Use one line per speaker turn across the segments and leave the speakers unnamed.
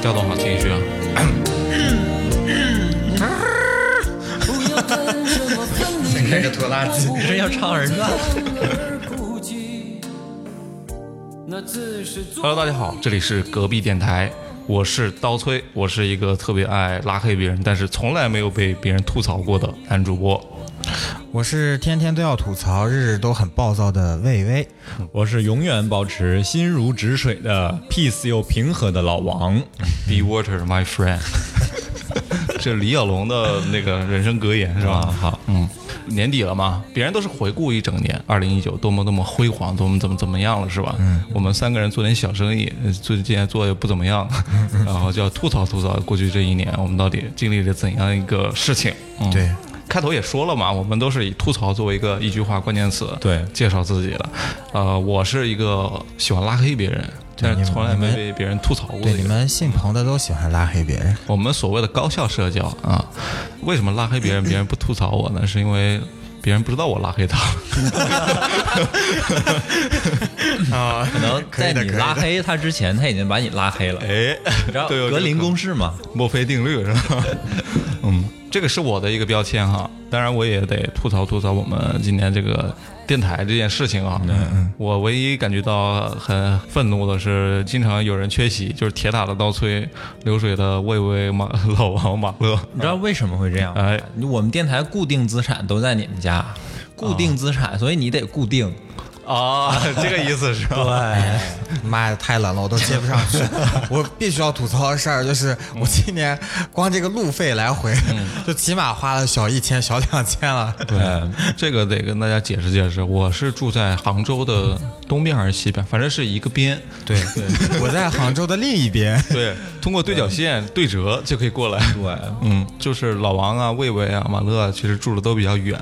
调动好情绪啊！
先开个拖拉机，
你这要唱二人转？
Hello，大家好，这里是隔壁电台，我是刀崔，我是一个特别爱拉黑别人，但是从来没有被别人吐槽过的男主播。
我是天天都要吐槽，日日都很暴躁的魏巍。
我是永远保持心如止水的 peace 又平和的老王。
Be water, my friend。这李小龙的那个人生格言是吧？好，嗯，年底了嘛，别人都是回顾一整年，二零一九多么多么辉煌，多么怎么怎么样了是吧？嗯，我们三个人做点小生意，呃最近做的不怎么样，然后就要吐槽吐槽过去这一年我们到底经历了怎样一个事情。嗯，
对，
开头也说了嘛，我们都是以吐槽作为一个一句话关键词，
对
介绍自己的。呃，我是一个喜欢拉黑别人，但是从来没被别人吐槽过的
对，
一个人。
你们姓彭的都喜欢拉黑别人，
我们所谓的高效社交啊，为什么拉黑别人，别人不吐槽我呢？是因为别人不知道我拉黑他。
可能在你拉黑他之前，他已经把你拉黑了。
哎，
你知 道
对嗯有这个
格林
可能
公式吗？
墨菲定律是 吧？嗯，这个是我的一个标签哈。当然，我也得吐槽吐槽我们今年这个电台这件事情啊。我唯一感觉到很愤怒的是，经常有人缺席，就是铁打的刀崔，流水的魏巍、马老王、马乐。
你知道为什么会这样吗？
哎
我们电台固定资产都在你们家，固定资产，所以你得固定。
啊，这个意思是吧？
妈呀，太冷了，我都接不上去。 我必须要吐槽的事儿就是，我今年光这个路费来回， 就起码花了小一千、小两千了。
对， 这个得跟大家解释解释。我是住在杭州的东边还是西边，反正是一个边。
对， 我在杭州的另一边。
对，通过对角线对折就可以过来。
对，
嗯，就是老王啊、魏巍啊、马乐啊，其实住的都比较远，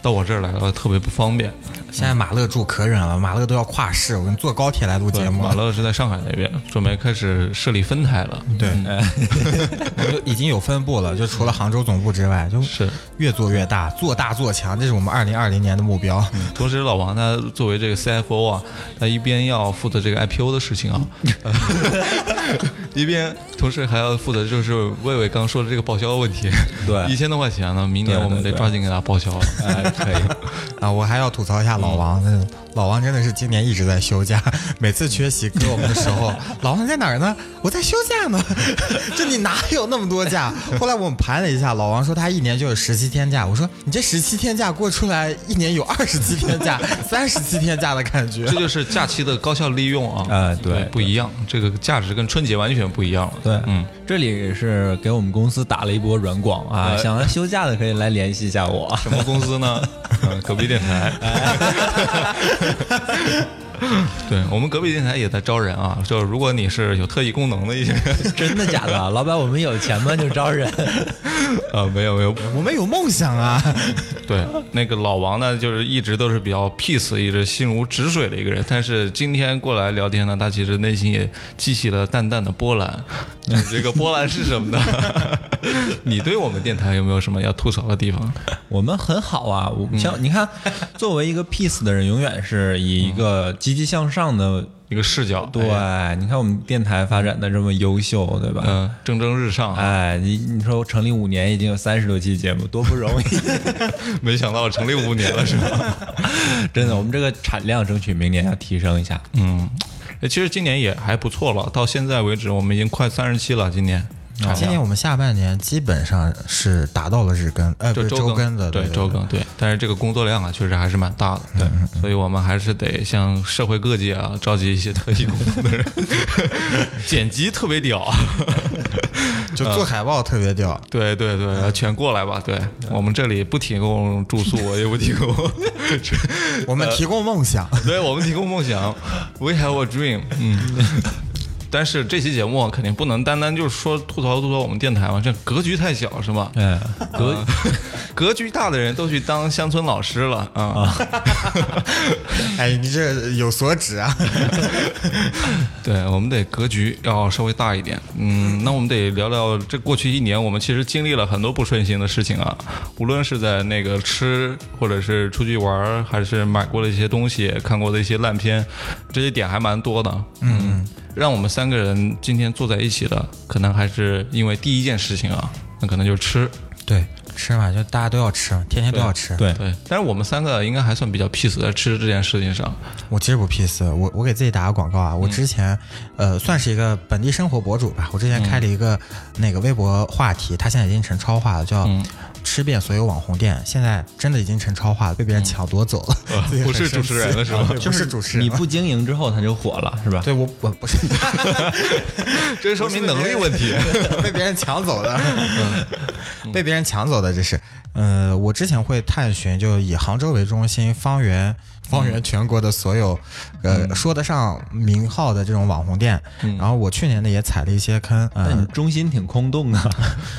到我这儿来了特别不方便。
现在马乐住可忍了，马乐都要跨市，我跟坐高铁来录节目
马。乐是在上海那边，准备开始设立分台了。
对， 我们就已经有分布了，就除了杭州总部之外，嗯就是越做越大，做大做强，这是我们二零二零年的目标。
同时，老王他作为这个 CFO 啊，他一边要负责这个 IPO 的事情 啊，一边同时还要负责就是魏伟刚说的这个报销问题。
对
一千多块钱呢，明年
对对
我们得
对
抓紧给他报销了。
哎，可以。
啊，我还要吐槽一下老
嗯
王，那老王真的是今年一直在休假，每次缺席给我们的 时候，老王在哪儿呢？我在休假呢。 就你哪有那么多假？后来我们盘了一下，老王说他一年就有十七天假。我说你这十七天假过出来，一年有二十七天假， 三十七天假的感觉
这。就是假期的高效利用啊！
哎对对
不一样，这个价值跟春节完全不一样了。
对，
嗯，，
这里是给我们公司打了一波软广啊，
哎
想要休假的可以来联系一下我。
什么公司呢？嗯，隔壁电台。对我们隔壁电台也在招人啊，就是如果你是有特异功能的一些，
真的假的？老板，我们有钱吗？就招人。
呃，没有没有，
我们有梦想啊！
对，那个老王呢，就是一直都是比较 peace，一直心如止水的一个人。但是今天过来聊天呢，他其实内心也激起了淡淡的波澜。你这个波澜是什么呢？ 你对我们电台有没有什么要吐槽的地方？
我们很好啊，我
嗯
像你看， 作为一个 peace 的人，永远是以一个积极向上的。
一个视角，哎
对，你看我们电台发展的这么优秀，对吧？
嗯、蒸蒸日上。
哎，你你说我成立五年已经有三十多期节目，多不 容易！
没想到成立五年了，是吧？
真的，我们这个产量争取明年要提升一下。
嗯，其实今年也还不错了，到现在为止，我们已经快三十期了，今年。
今年我们下半年基本上是达到了日更，呃，不
就是
周
更
更的，
对
对嗯
周更对，但是这个工作量啊，确实还是蛮大的，对，所以我们还是得向社会各界啊召集一些特异功能 的人，剪辑特别屌，
就
嗯
做海报特别屌。
对对对，全过来吧，
嗯
对我们这里不提供住宿，也不 提供，
我们提供 梦想，
对我们提供梦想，We have a dream，嗯。 但是这期节目啊肯定不能单单就是说吐槽吐槽我们电台嘛，这格局太小是吧？
嗯，
格 格局大的人都去当乡村老师了啊！
哎，你这有所指啊！
对，我们得格局要稍微大一点。嗯，那我们得聊聊这过去一年，我们其实经历了很多不顺心的事情啊，无论是在那个吃，或者是出去玩儿，还是买过的一些东西，看过的一些烂片，这些点还蛮多的。嗯，让我们三个人今天坐在一起的，可能还是因为第一件事情啊，那可能就是吃。
对，吃嘛，就大家都要吃，天天都要吃。
对，
对，但是我们三个应该还算比较 peace 在吃这件事情上。
我其实不 peace，我我给自己打个广告啊，
嗯
我之前、呃算是一个本地生活博主吧，我之前开了
嗯
一个那个微博话题，它现在已经成超话了，叫。
嗯
吃遍所有网红店，现在真的已经成超话了，被别人抢夺走了。 自己很
嗯不是
生
主持
气
人了是 吗？
就
就是
是主持人
你
了。
不经营之后，它就火了，是吧？
对我我不是
这说明能力问题。
被别人抢走的，
嗯
被别人抢走的这是。呃，我之前会探寻，就以杭州为中心，方圆方
嗯
圆全国的所有，呃，说得上名号的这种网红店。然后我去年呢也踩了一些坑，
嗯那你
嗯，
中心挺空 洞啊，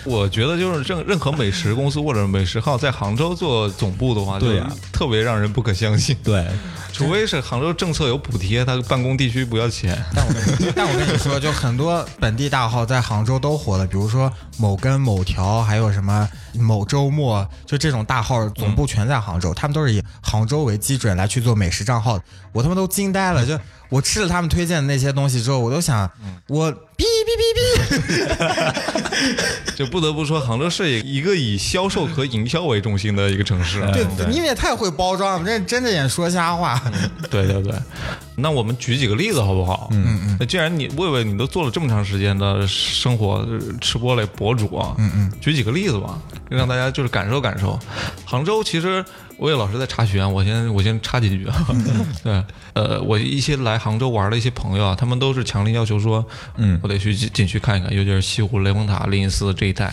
我觉得就是任任何美食公司或者美食号在杭州做总部的话，
对
就
啊
特别让人不可相信。
对，
除非是杭州政策有补贴，它办公地区不要钱。
但我跟你但我跟你说，就很多本地大号在杭州都火了，比如说某根、某条，还有什么某周末，就这种大号总
嗯
部全在杭州，他们都是以杭州为基准来去做美食账号的，我他妈都惊呆了，就我吃了他们推荐的那些东西之后，我都想，
嗯
我哔哔哔哔，
就不得不说，杭州是一个以销售和营销为中心的一个城市。
对嗯
对你们也太会包装了，这睁着眼说瞎话。
对对对，那我们举几个例子好不好？嗯嗯。那既然你魏魏，你都做了这么长时间的生活呃吃播类博主啊，嗯嗯，举几个例子吧，让大家就是感受感受。杭州其实魏老师在查询，啊我先我先插几句啊。 对，呃，我一些来杭州玩的一些朋友啊，他们都是强烈要求说，嗯，我得去景景区看一看，尤其是西湖雷峰塔、灵隐寺这一带。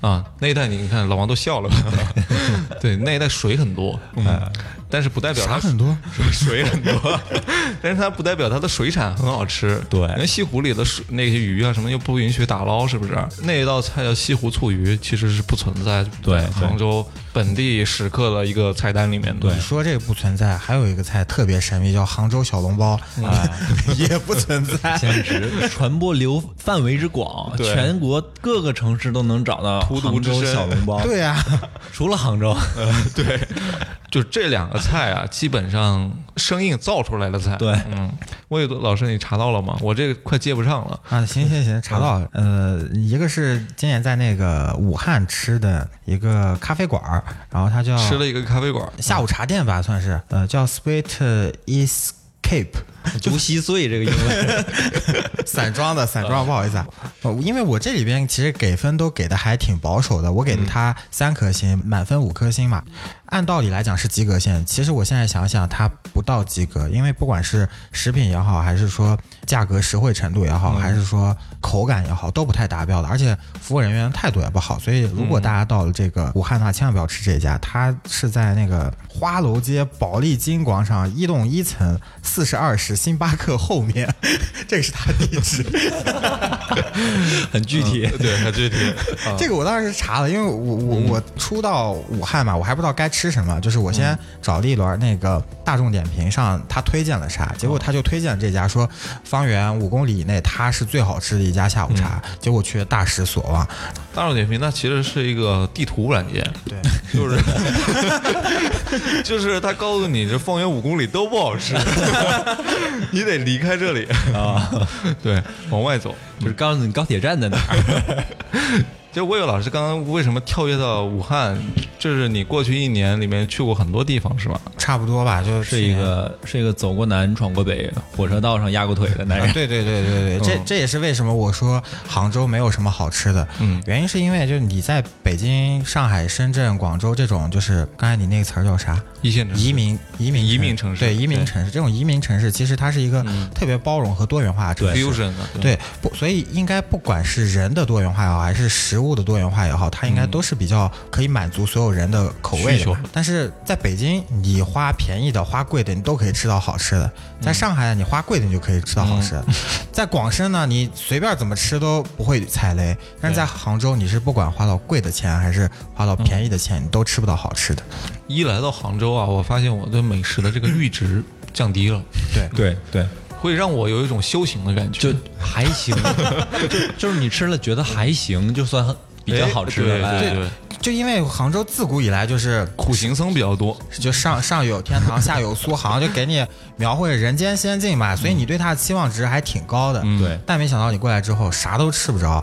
啊，那一带你看老王都笑了， 对，那一带水很多，嗯，但是不代表它
啥很多，
水很多，但是它不代表它的水产很好吃。
对
那西湖里的水那些鱼啊什么又不允许打捞，是不是？那一道菜叫西湖醋鱼，其实是不存在
对对
杭州本地食客的一个菜单里面的。
对
你说这个不存在，还有一个菜特别神秘，叫杭州小笼包，
嗯
也不存在。
简直传播流范围之广，
对
全国各个城市都能找到
荼毒
杭
之
州
深
小笼包，
对啊呀、
除了杭州，
对，就这两个菜啊，基本上生硬造出来的菜。
对
嗯，魏老师你查到了吗？我这个快接不上了。
啊，行行行，查到了。
嗯
呃，一个是今年在那个武汉吃的一个咖啡馆儿，然后它
啊
叫
吃了一个咖啡馆，
下午茶店吧，算是呃叫 Sweet Escape，
读稀碎这个英文，
散装的散装，不好意 思啊，呃因为我这里边其实给分都给的还挺保守的，我给
嗯
了它三颗星，满分五颗星嘛。按道理来讲是及格线，其实我现在想想它不到及格，因为不管是食品也好，还是说价格实惠程度也好，还是说口感也好，都不太达标的，而且服务人员态度也不好。所以如果大家到了这个武汉的话，千万不要吃这家，它是在那个花楼街保利金广场一栋一层四十二室星巴克后面， 这个是它地址。
很具体。
对，很具体。啊
这个我当时查了，因为我我我初到武汉嘛，我还不知道该吃什么，就是我先找了一轮那个大众点评上他推荐了啥，结果他就推荐这家说方圆五公里以内它是最好吃的一家下午茶，结果却大失所啊望。
大众点评它其实是一个地图软件，
对，
就是就是 他告诉你这方圆五公里都不好吃，你得离开这里啊， 对，往外走。
就是告诉你高铁站在哪儿，
就魏魏老师刚刚为什么跳跃到武汉？就是你过去一年里面去过很多地方是吧？
差不多吧，就是
一个是一个走过南闯过北，火车道上压过腿的男
啊，
人。
对对对对对，这这也是为什么我说杭州没有什么好吃的，
嗯
原因是因为就是你在北京、上海、深圳、广州这种，就是刚才你那个词儿叫啥？
一线城市
移民移民
移民城市
对移民
对嗯
城市这种移民城市，其实它是一个特别包容和多元化的城市。
fusion 啊，
对，不，所以应该不管是人的多元化也好，还是食物的多元化也好，它应该都是比较可以满足所有人的口味
嗯需
的
求
嘛。但是在北京，你花便宜的、花贵的，你都可以吃到好吃的；
嗯
在上海，你花贵的你就可以吃到好吃的； 在广深呢，你随便怎么吃都不会踩雷。但是在杭州，你是不管花到贵的钱还是花到便宜的钱，你都吃不到好吃的。
一来到杭州啊，我发现我对美食的这个阈值降低了，
对，
对对，
会让我有一种修行的感觉。
就还行，就就是你吃了觉得还行，就算比较好吃的
哎对
来
对对，
就因为杭州自古以来就是
苦行僧比较多，
就上上有天堂，下有苏杭，就给你描绘人间仙境吧，所以你对它的期望值还挺高的。
嗯
对
但没想到你过来之后啥都吃不着，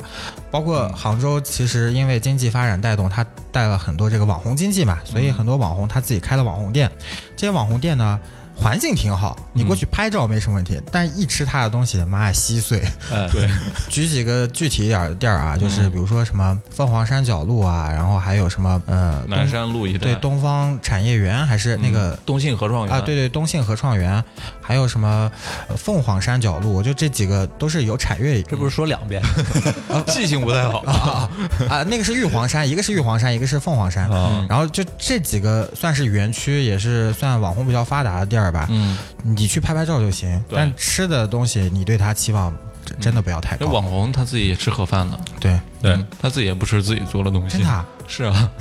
包括杭州，其实因为经济发展带动，它带了很多这个网红经济嘛，
嗯
所以很多网红他自己开了网红店，这些网红店呢。环境挺好，
嗯
你过去拍照没什么问题，但一吃它的东西，妈呀，稀碎。
哎
对，
举几个具体一点的店儿啊，就是
嗯
比如说什么凤凰山脚路啊，然后还有什么呃东
南山路一带，
对东方产业园还是那个、
嗯东信合创园
啊， 对，对，东信合创园，还有什么、呃凤凰山脚路，就这几个都是有产 业
这不是说两遍
记性不太好，
啊啊，那个是玉皇山，一个是玉皇山，一个是凤凰山，
哦
嗯
啊？
然后就这几个算是园区，也是算网红比较发达的地儿吧，
嗯，
你去拍拍照就行。
对
但吃的东西，你对它期望真真的不要太
嗯那
高。
网红他自己也吃盒饭的，
对，
对
嗯，他自己也不吃自己做的东西，
真的啊
是啊，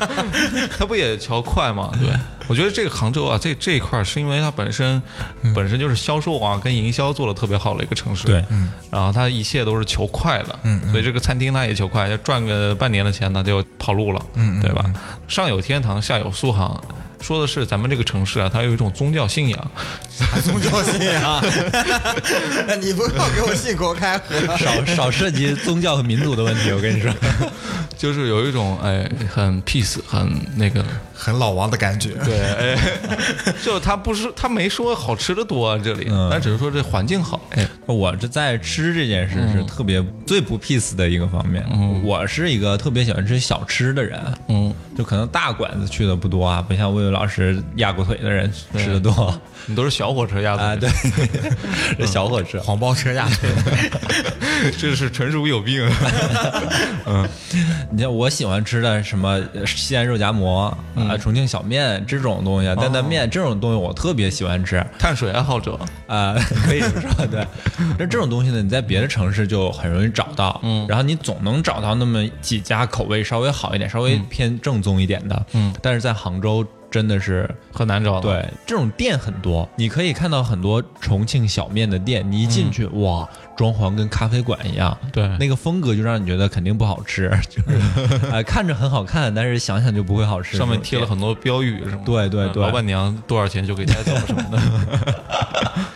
他不也瞧快吗？
嗯
对，我觉得这个杭州啊，这这一块儿是因为它本身、
嗯
本身就是销售啊跟营销做的特别好的一个城市，
对，
嗯，
然后他一切都是求快的，
嗯嗯
所以这个餐厅他也求快，要赚个半年的钱他就跑路了，
嗯嗯
对吧？上有天堂，下有苏杭。说的是咱们这个城市啊，它有一种宗教信仰，
宗教信仰，啊 你不要给我信口开河。
少少涉及宗教和民族的问题，我跟你说，
就是有一种哎，很 peace，很那个，
很老王的感觉。
对， 哎，就他不是他没说好吃的多啊，这里，
嗯
但只是说这环境好，哎，
我这在吃这件事
嗯
是特别最不 peace 的一个方面。我是一个特别喜欢吃小吃的人，
嗯，
就可能大馆子去的不多啊，不像魏巍老师压过腿的人吃的多
你都是小火车压
啊。
的，
对， 这小火车，
嗯黄包车压腿，
这是纯属有病。
你像我喜欢吃的什么呃西安肉夹馍
嗯
啊、重庆小面这种东西啊，担担面这种东西我特别喜欢吃。
碳水爱好者，
啊、可以这么说，对。 那这种东西呢，你在别的城市就很容易找到，嗯，然后你总能找到那么几家口味稍微好一点、稍微偏正宗一点的，嗯，但是在杭州真的是。
很难找到。
对，这种店很多，你可以看到很多重庆小面的店，你一进去，
嗯
哇，装潢跟咖啡馆一样，
对
那个风格就让你觉得肯定不好吃， 就是，呃，看着很好看，但是想想就不会好
嗯
吃。
上面
这
贴
种
了
店
很多标语什么的，
对对
嗯
对
老板娘多少钱就给带走什 么的。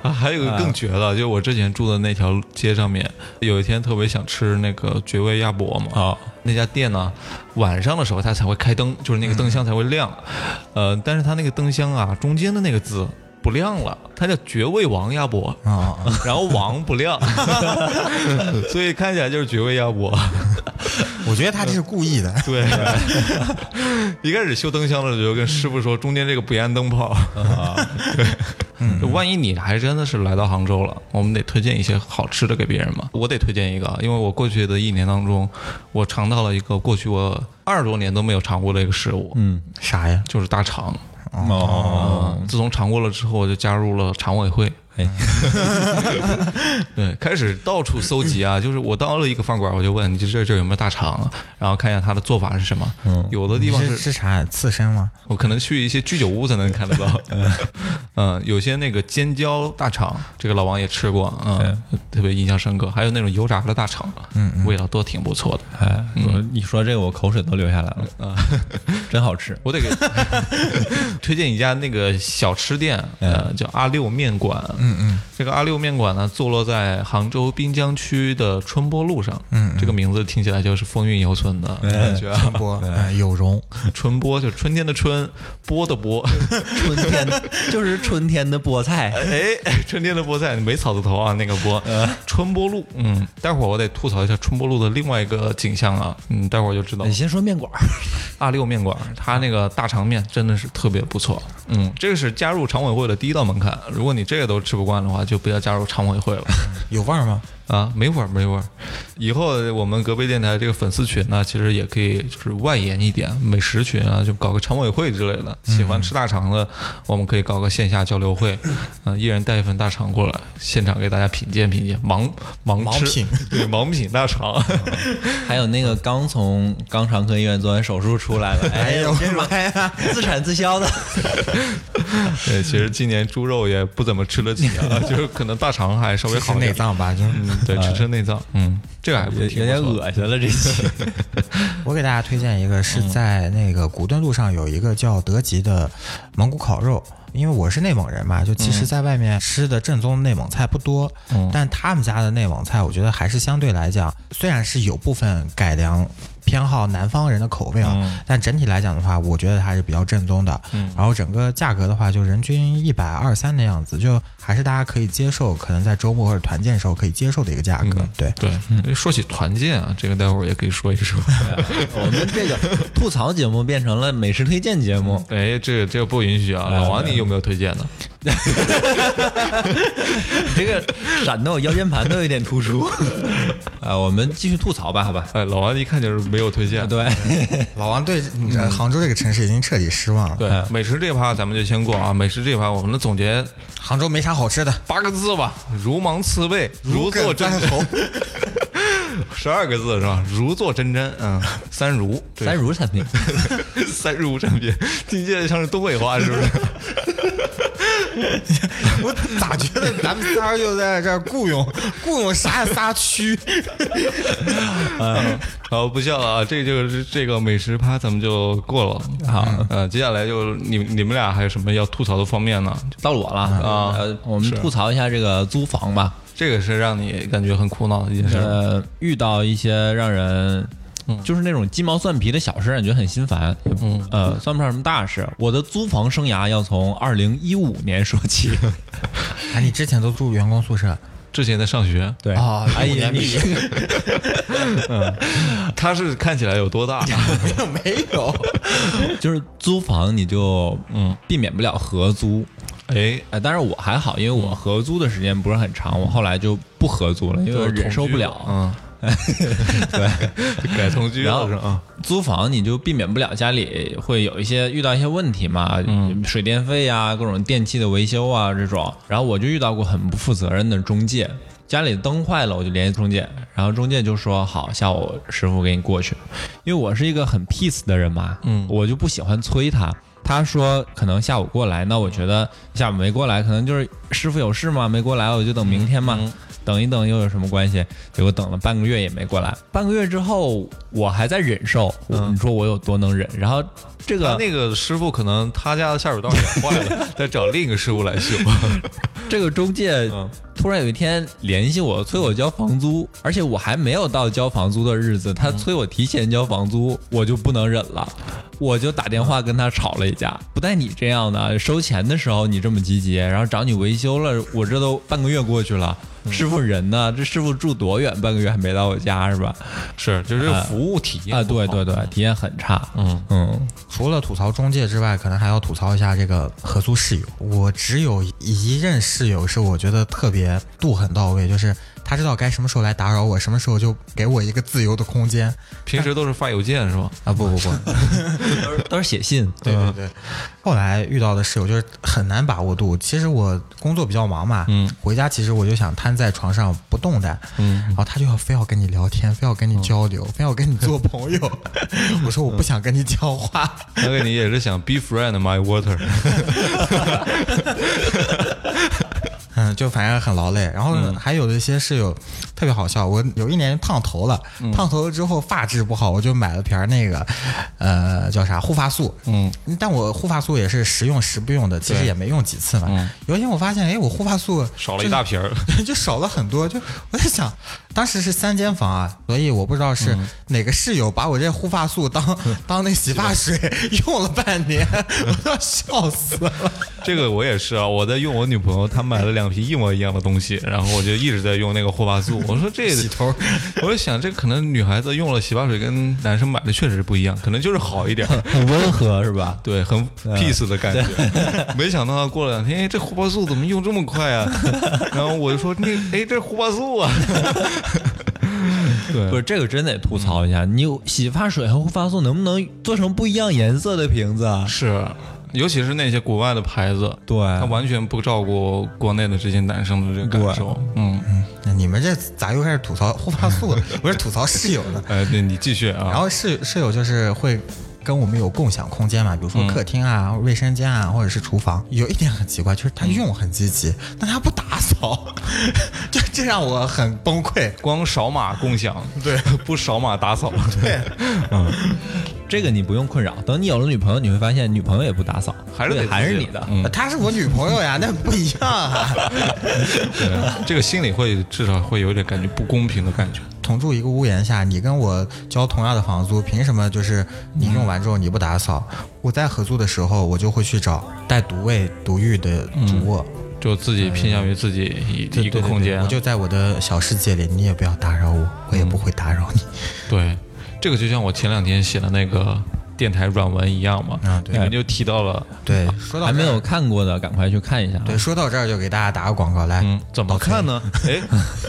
啊，还有一个更绝的，就我之前住的那条街上面，有一天特别想吃那个绝味鸭脖嘛，
啊，
那家店呢，晚上的时候它才会开灯，就是那个灯箱才会亮，呃，但是它那个灯箱啊，中间的那个字不亮了，它叫绝味王鸭脖，
啊，
然后王不亮， 所以看起来就是绝味鸭脖。
我觉得他这是故意的。
对， 一开始修灯箱的时候跟师傅说，中间这个不按灯泡。对，就万一你还真的是来到杭州了，我们得推荐一些好吃的给别人嘛。我得推荐一个啊，因为我过去的一年当中，我尝到了一个过去我二十多年都没有尝过的一个食物，
嗯，
啥呀？
就是大肠。
哦，
啊自从尝过了之后，我就加入了常委会。
哎，
对，开始到处搜集啊，就是我到了一个饭馆，我就问你这这有没有大肠啊，然后看一下它的做法是什么。有的地
你
方
是是啥？刺身吗？
我可能去一些居酒屋才能看得到。 嗯，有些那个尖椒大肠，这个老王也吃过，嗯，特别印象深刻。还有那种油炸的大肠，嗯，味道都挺不错的。
哎，我你说这个我口水都流下来了，啊， 真好吃。
我得 给推荐一家那个小吃店，呃，叫阿六面馆。嗯嗯，这个阿六面馆呢，坐落在杭州滨江区的春波路上。嗯，这个名字听起来就是风韵犹存的感觉啊。
波嗯有容，
春波就是春天的春，波的波。
春天就是春天的菠菜，
哎， 春天的菠菜没草字头啊，那个菠，春波路。嗯，待会儿我得吐槽一下春波路的另外一个景象啊，嗯，待会儿就知道
哎
你。先说面馆儿，
阿六面馆，它那个大肠面真的是特别不错。嗯，这个是加入常委会的第一道门槛。如果你这个都吃不惯的话，就不要加入常委会了。
有味儿吗？
啊，没味儿，没味儿。以后我们隔壁电台这个粉丝群呢，其实也可以就是外延一点，美食群啊，就搞个常委会之类的。喜欢吃大肠的，我们可以搞个线下交流会，嗯、一人带一份大肠过来，现场给大家品鉴品鉴，盲盲
盲
吃
品，
对，盲品大肠。
还哎有那个刚从肛肠科医院做完手术出来了， 哎呦，
我的妈呀！
自产自 销的，
对，其实今年猪肉也不怎么吃得起啊，就是可能大肠还稍微
吃
好一
内
点。
脏吧，就是
对，吃吃内脏，嗯，这个还不
有有点恶心了这期。
我给大家推荐一个，是在那个古墩路上有一个叫德吉的蒙古烤肉。因为我是内蒙人嘛，就其实在外面吃的正宗内蒙菜不多，但他们家的内蒙菜，我觉得还是相对来讲，虽然是有部分改良偏好南方人的口味啊，但整体来讲的话，我觉得还是比较正宗的。然后整个价格的话，就人均一百二三的样子，就还是大家可以接受，可能在周末或者团建时候可以接受的一个价格。对，
对，哎说起团建啊，这个待会儿也可以说一说。
我们这个吐槽节目变成了美食推荐节目，
哎，这个这个不允许啊！老王，你有没有推荐的？
这个闪到我腰间盘都有点突 出。啊，我们继续吐槽吧，好吧？
哎，老王一看就是没有推荐。
啊对，
老王对嗯杭州这个城市已经彻底失望了。
对，美食这趴咱们就先过啊。美食这趴，我们的总结
杭州没啥好吃的，
八个字吧：如芒刺背，如坐针
如鲠在
毡。 十二个字是吧？如坐针毡，嗯，三如，对
三如产品，
三如产品，听起来像是东北话，是不是？
我咋觉 得咱们仨又在这儿雇佣 雇佣啥仨区？
好，不笑了啊！这就是这个美食趴，咱们就过了。好，
嗯
呃，接下来就你你们俩还有什么要吐槽的方面呢？
到了我了
啊
呃我们
是
吐槽一下这个租房吧。
这个是让你感觉很苦恼的一件事。
呃，遇到一些让人。就是那种鸡毛蒜皮的小事，让你觉得很心烦。嗯，呃，算不上什么大事。我的租房生涯要从二零一五年说起。
哎，你之前都住员工宿舍？
之前在上学，
对
啊
哎
15
呀，
年
你
毕业
他是看起来有多大？
没有，
就是租房，你就嗯避免不了合租。
哎，
哎，但是我还好，因为我合租的时间不是很长，我后来就不合租了，因为我忍受不了。
嗯，对，改同居
然
了
后嗯
是吧？
租房你就避免不了家里会有一些遇到一些问题嘛，水电费啊，各种电器的维修啊这种。然后我就遇到过很不负责任的中介，家里灯坏了我就联系中介，然后中介就说好，下午师傅给你过去。因为我是一个很 peace 的人嘛，嗯，我就不喜欢催他。他说可能下午过来，那我觉得下午没过来，可能就是师傅有事嘛，没过来，我就等明天嘛，等一等又有什么关系？结果等了半个月也没过来，半个月之后我还在忍受，你说我有多能忍？然后这
他
个
啊那个师傅可能他家的下水道也坏了，再找另一个师傅来修。
这个中介
嗯
突然有一天联系我，催我交房租，而且我还没有到交房租的日子，他催我提前交房租，我就不能忍了，我就打电话跟他吵了一架。不带你这样的，收钱的时候你这么积极，然后找你维修了，我这都半个月过去了，师傅人呢？这师傅住多远？半个月还没到我家 是吧？
是，就是服务体验
啊，对 对对，体验很差。嗯嗯，
除了吐槽中介之外，可能还要吐槽一下这个合租室友。我只有一任室友是我觉得特别度很到位，就是他知道该什么时候来打扰我，什么时候就给我一个自由的空间。
平时都是发邮件是吧？
啊，不不不，
都是写信。
对对对。后来遇到的室友就是很难把握度。其实我工作比较忙嘛，嗯，回家其实我就想瘫在床上不动弹，嗯，然后他就要非要跟你聊天，非要跟你交流，非要跟你做朋友。 我说我不想跟你讲话，
那个你也是想 be friend my water，
嗯，就反正很劳累。然后
嗯
呢还有的一些室友特别好笑，我有一年烫头了，
嗯
烫头了之后发质不好，我就买了瓶儿那个，呃，叫啥护发素。嗯，但我护发素也是时用时不用的，其实也没用几次嘛。有一天我发现，哎，我护发素
嗯少了一
真的
大瓶儿。
就少了很多。就我在想，当时是三间房啊，所以我不知道是
嗯
哪个室友把我这护发素 当当那洗发水用了半年， 我都要笑死了。
这个我也是啊，我在用我女朋友，她买了两瓶一模一样的东西，然后我就一直在用那个护发 素。我说这
洗头，
我就想这可能女孩子用了洗发水跟男生买的确实不一样，可能就是好一 点儿，
很嗯温和是吧？
对，很
嗯
peace 的感觉。 没想到过了两天，哎，这护发素怎么用这么快 啊？然后我就说那哎这护发素啊，嗯
不是这个真得吐槽一下，你有洗发水和护发素能不能做成不一样颜色的瓶子啊？
是。尤其是那些国外的牌子，
对
它完全不照顾国内的这些男生的这个感受。嗯，
那你们这咋又开始吐槽护发素了？不是吐槽室友呢？
哎，对你继续啊。
然后室室友就是会跟我们有共享空间嘛，比如说客厅啊、卫生间啊，或者是厨房。有一点很奇怪，就是他用很积极，但他不打打扫， 就这让我很崩溃。
光扫码共 享，
对，
不扫码打 扫，
对，
这个你不用困扰。等你有了女朋友，你会发现女朋友也不打扫，
还是
对
得
还是
自己
你的。
嗯
她呃是我女朋友呀，那不一样啊。
对这个心里会至少会有点感觉不公平的感觉。
同住一个屋檐下，你跟我交同样的房租，凭什么就是你用完之后你不打扫？我在合租的时候，我就会去找带独卫、独浴的主卧，
就自己偏向于自己一
对
一个
对对
空
对
间，啊
我就在我的小世界里，你也不要打扰我，我也不会打扰你。
嗯对，这个就像我前两天写的那个电台软文一样嘛，
啊对
你们就提到了，
对，说到
还
这
没
儿
有看过的，赶快去看一下啊。
对，说到这儿就给大家打个广告来，
嗯，怎么
老崔
看？呢？ 哎，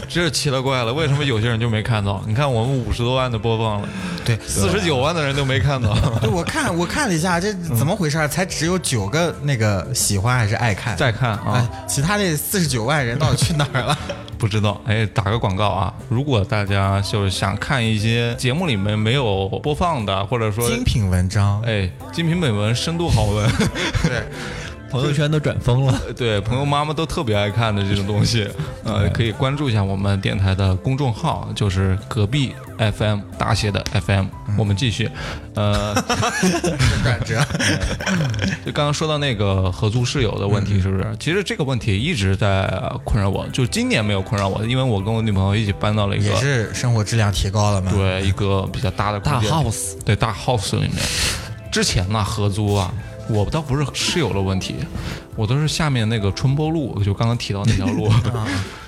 这奇了怪了，为什么有些人就没看到？你看我们五十多万的播放了，
对，
四十九万的人都没看到，
对，我看我看了一下，这怎么回事儿？才只有九个那个喜欢还是爱 看？
再看啊，
哎，其他那四十九万人到底去哪儿了？
不知道。哎，打个广告啊，如果大家就是想看一些节目里面没有播放的，或者 说。
精品文章，
哎，精品美文，深度好文，
朋友圈都转疯了。
对朋友妈妈都特别爱看的这种东西，呃，可以关注一下我们电台的公众号，就是隔壁 FM 大写的 FM。我
嗯
们继续， 呃，
转折。
就刚刚说到那个合租室友的
嗯
问题，是不是？其实这个问题一直在困扰我，就今年没有困扰我，因为我跟我女朋友一起搬到了一
也
个
是生活质量提高了嘛。
对一个比较大的空间
大 house
对大 house 里面。之前呢，合租啊，我倒不是室友的问题，我都是下面那个春波路，就刚刚提到那条路。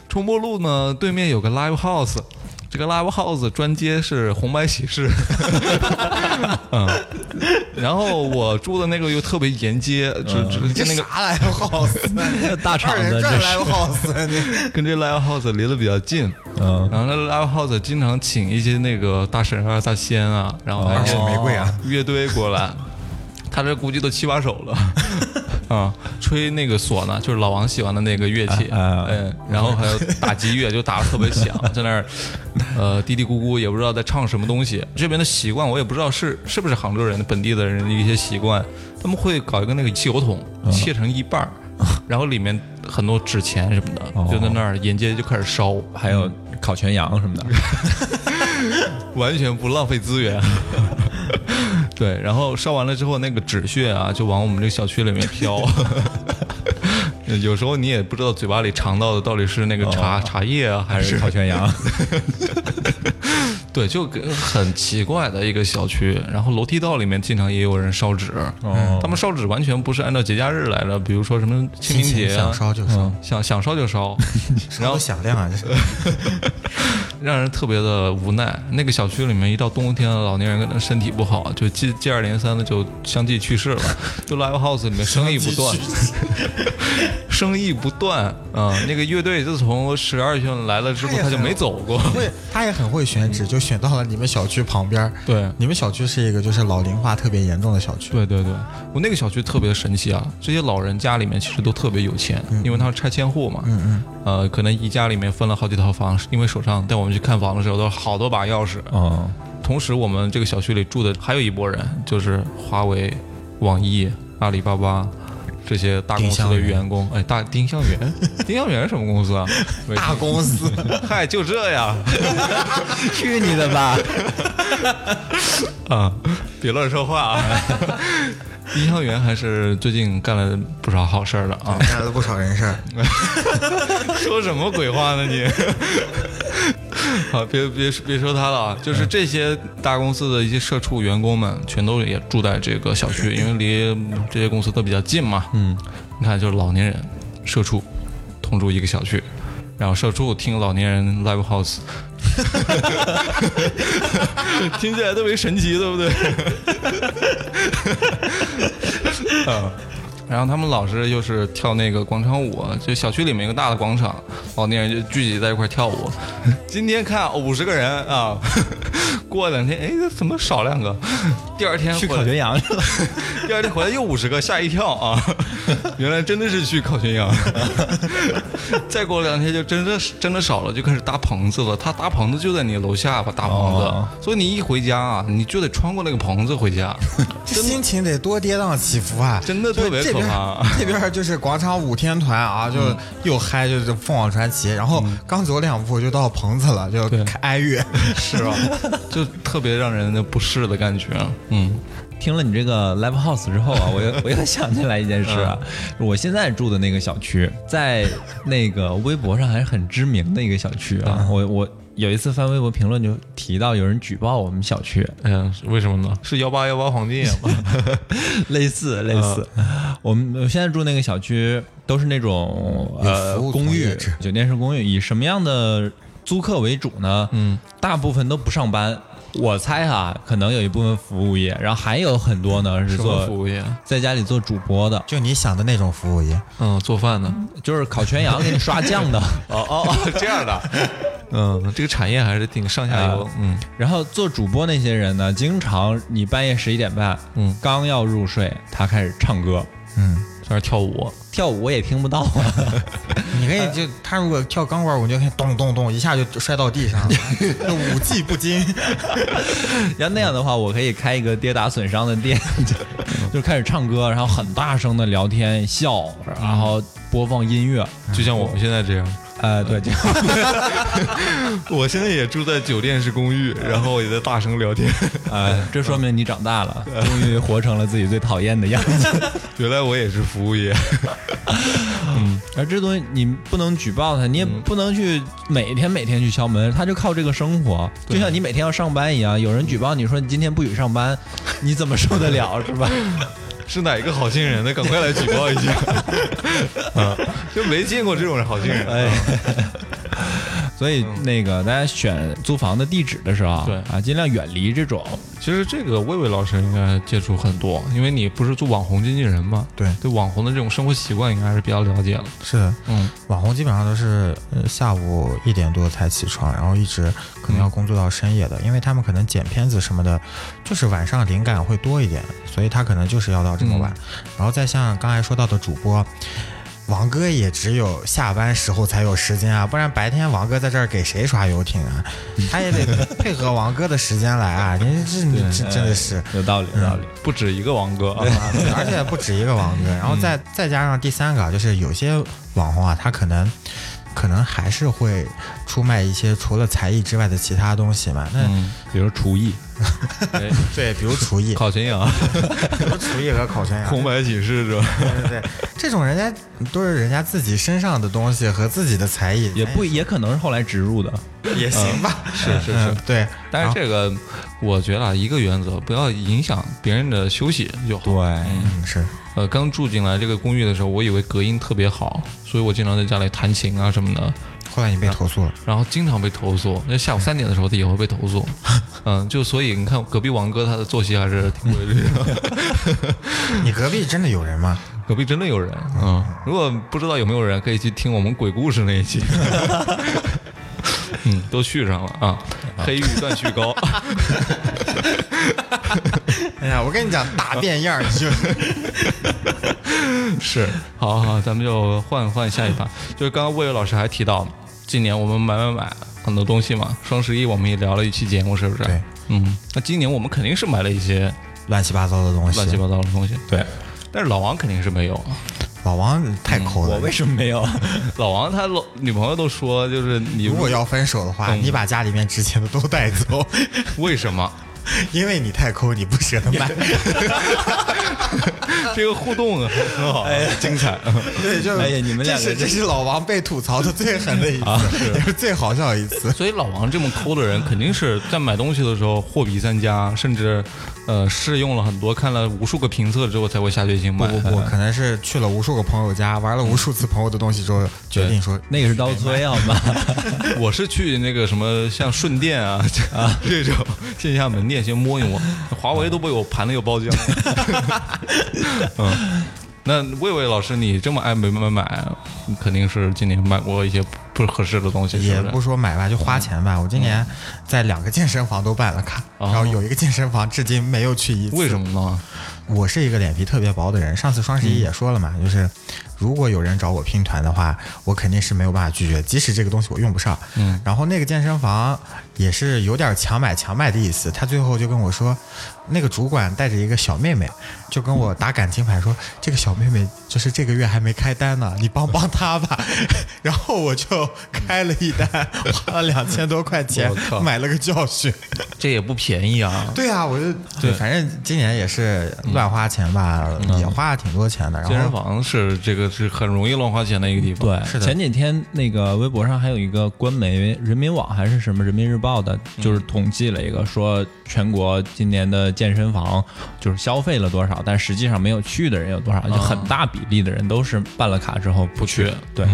春波路呢，对面有个 live house。这个 live house 专接是红白喜事， 嗯，然后我住的那个又特别沿街，只只
这
跟那个
啥来 house？
大厂
二
子
人
这
转
是
live house，你
跟这 live house 离得比较近，啊
嗯
然后那 live house 经常请一些那个大婶啊、大仙啊，然
哦
后还有
二手玫瑰啊
乐队过来，他这估计都七八首了。 啊、吹那个唢呐，就是老王喜欢的那个乐器，
啊啊
嗯，然后还有打击乐，就打的特别响，在那儿，呃，嘀嘀咕咕，也不知道在唱什么东西。这边的习惯我也不知道是是不是杭州人本地的人的一些习惯，他们会搞一个那个汽油桶，
嗯
切成一半 儿，然后里面很多纸钱什么的，
哦
就在那儿沿街就开始烧，
还有呃烤全羊什么的，
完全不浪费资源。 对，然后烧完了之后，那个纸屑啊，就往我们这个小区里面飘。有时候你也不知道嘴巴里尝到的到底是那个茶、茶叶啊，还
还
是
是烤 全羊。
对，就给很奇怪的一个小区。然后楼梯道里面经常也有人烧纸，嗯
哦
他们烧纸完全不是按照节假日来的，比如说什么 清明节、啊
想，烧就烧，
想想烧就烧，然
烧
后
得响亮啊！这是
让人特别的无奈。那个小区里面，一到冬天，老年人身体不好，就接接二连三的就相继去 世了。就 live house 里面生意不断，生意不断啊、那个乐队自从十二月份来了之后，
哎呀
他就没走过。
会，他也很会选址，就选到了你们小区旁边。
对
你们小区是一个就是老龄化特别严重的小区。
对对对，我那个小区特别神奇啊！这些老人家里面其实都特别有钱，因为他是拆迁户嘛。嗯嗯。呃，可能一家里面分了好几套房，因为手上带我们去看房的时候都好多把钥匙。
哦，
同时，我们这个小区里住的还有一拨人，就是华为、网易、阿里巴巴这些大公司的员工。哎，大丁香 园，丁香园是什么公司 啊？没
大公司，
嗨，就这 呀，
去你的吧！
啊，别乱说话啊！ 丁香园还是最近干了不少好事儿的啊。
干了不少人 事儿。
说什么鬼话呢你？ 好，别别别说他了啊！就是这些大公司的一些社畜员工们，全都也住在这个小区，因为离这些公司都比较近嘛。嗯，你看，就是老年人、社畜同住一个小区，然后社畜听老年人 live house，听起来特别神奇，对不 对？嗯然后他们老是又是跳那个广场舞，就小区里面一个大的广场，老年人就聚集在一块儿跳舞。今天看五十个人啊，过两天哎怎么少两个？第二天
去
回
烤
来
全羊去了。
第二天回来又五十个，吓一跳啊！原来真的是去烤全羊。 再过两天就真的是真的少了，就开始搭棚子了。他搭棚子就在你楼下吧，搭棚子，
哦
所以你一回家啊，你就得穿过那个棚子回家，
这心情得多跌宕起伏啊！
真的
就
特别
这边
可怕 嗯
这边就是广场舞天团啊，就又嗨，就是凤凰传奇。然后刚走两步就到棚子了，就
对
开哀乐。
是啊吧？ 就特别让人的不适的感觉。嗯，
听了你这个 live house 之后啊，我又我又想起来一件事啊，我现在住的那个小区，在那个微博上还是很知名的一个小区啊。我我有一次翻微博评论就提到有人举报我们小区，
哎呀，为什么呢？是幺八幺八黄金眼 吗？
类似类似，呃我们我现在住那个小区都是那种呃
有服务从
公寓
业制，
酒店式公寓，以什么样的租客为主呢？嗯，大部分都不上班。我猜哈、可能有一部分服务业，然后还有很多呢
什
是
么
做
服务业？啊
在家里做主播的，
就你想的那种服务业，
嗯，做饭的。
就是烤全羊给你刷酱的。
哦哦，这样的。 嗯，这个产业还是挺上下游
啊。
嗯，
然后做主播那些人呢，经常你半夜十一点半，
嗯
刚要入睡，他开始唱歌，
嗯，
在那儿跳舞。
跳舞我也听不到啊。
你
呃
可以就他如果跳钢管舞，你就可以咚咚咚一下就摔到地 上了，就舞技不精。
要那样的话，我可以开一个跌打损伤的店， 就就开始唱歌，然后很大声的聊天笑，然后播放音乐。
就像我们现在这样。
呃，对，就
我现在也住在酒店式公寓，然后也在大声聊天。
呃，这说明你长大了，终于活成了自己最讨厌的样子。
原来我也是服务业。
而这东西你不能举报他，你也
嗯
不能去每天每天去敲门，他就靠这个生活，就像你每天要上班一样，有人举报你说你今天不许 上班，你怎么受得了是吧？
是哪一个好心人呢？赶快来举报一下！ 啊，就没见过这种好心人。
哎。所以那个大家选租房的地址的时候啊，
对
啊，尽量远离这种
其实这个魏魏老师应该接触很多，因为你不是做网红经纪人嘛，
对
对网红的这种生活习惯应该还是比较了解了。
是的，
嗯，
网红基本上都是呃下午一点多才起床，然后一直呃可能要工作到深夜的，因为他们可能剪片子什么的，就是晚上灵感会多一点，所以他可能就是要到这么晚。然后再像刚才说到的主播。王哥也只有下班时候才有时间啊，不然白天王哥在这儿给谁刷游艇啊？他也得配合王哥的时间来啊！您这你这真的是，
有道理，有道理。
嗯不止一个王哥啊，
而且不止一个网哥，然后再、再加上第三个啊，就是有些网红啊，他可能可能还是会出卖一些除了才艺之外的其他东西嘛。那、
嗯，
比如厨艺，
对，比如厨艺，
烤全羊、
比如厨艺和烤全羊，
红白喜事是吧？
对对对，这种人家都是人家自己身上的东西和自己的才艺，
也
哎
不也可能是后来植入的，
哎也行吧？
是是
嗯
是。，
对。
但是
这
这个，我觉得啊，一个原则，不要影响别人的休息就好。
嗯是
呃，刚住进来这个公寓的时候，我以为隔音特别好，所以我经常在家里弹琴啊什么的，
后来你被投诉了，
然后经常被投诉。那下午三点的时候，他也会被投诉。 嗯，就所以你看，隔壁王哥他的作息还是挺规律的。
你隔壁真的有人吗？
隔壁真的有人，嗯，如果不知道有没有人，可以去听我们鬼故事那一 期。嗯，都续上了啊，黑玉断续高。
哎呀，我跟你讲，大变样儿你就。
是，好好，好咱们就换换下一盘。就是刚刚魏巍老师还提到，今年我们买买买很多东西嘛，双十一我们也聊了一期节目，是不是？
对，
嗯，那今年我们肯定是买了一些
乱七八糟的东西，
乱七八糟的东西，
对。
但是老王肯定是没有啊。
老王太抠了。
我为什么没 有？
老王他老女朋友都说，就是你
如果要分手的话，
嗯
你把家里面值钱的都带走，
为什么
因为你太抠，你不舍得卖。
这个互动啊很好，
哎
精彩。
对，就
哎呀你们两个
这是
真
这是老王被吐槽的最狠的一次， 也是最好笑的一 次。
所以老王这么抠的人，肯定是在买东西的时候货比三家，甚至呃试用了很多，看了无数个评测之后才会下决心
不
买。
不不，可能是去了无数个朋友家，玩了无数次朋友的东西之后，决定说
那个是刀崔好吗？
我是去那个什么像顺电啊 啊这种线下门店先摸一摸，华为都被我盘了有包浆。 嗯，那魏魏老师，你这么爱买买买，你肯定是今年买过一些不合适的东西，
也
是
不
不是？
说买吧，就花钱吧。我今年在两个健身房都办了卡，
哦
然后有一个健身房至今没有去一次。
为什？么呢？
嗯我是一个脸皮特别薄的人。上次双
嗯
十一也说了嘛，就是如果有人找我拼团的话，我肯定是没有办法拒绝，即使这个东西我用不上。嗯。然后那个健身房也是有点强买强卖的意思，他最后就跟我说，那个主管带着一个小妹妹，就跟我打感情牌说，这个小妹妹就是这个月还没开单呢，你帮帮她吧。 然后我就开了一单，花了两千多块钱
我靠
买了个教训。
这也不便宜啊！
对啊，我就对，反正今年也是乱花钱吧，
嗯
也花了挺多钱的。然后
健身房是这个是很容易乱花钱的一个地方，
对，
是的
前几天那个微博上还有一个官媒人民网还是什么人民日报的，就是统计了一个，说全国今年的健身房就是消费了多少，但实际上没有去的人有多少，就很大比例的人都是办了卡之后不
不
去。
去。
对，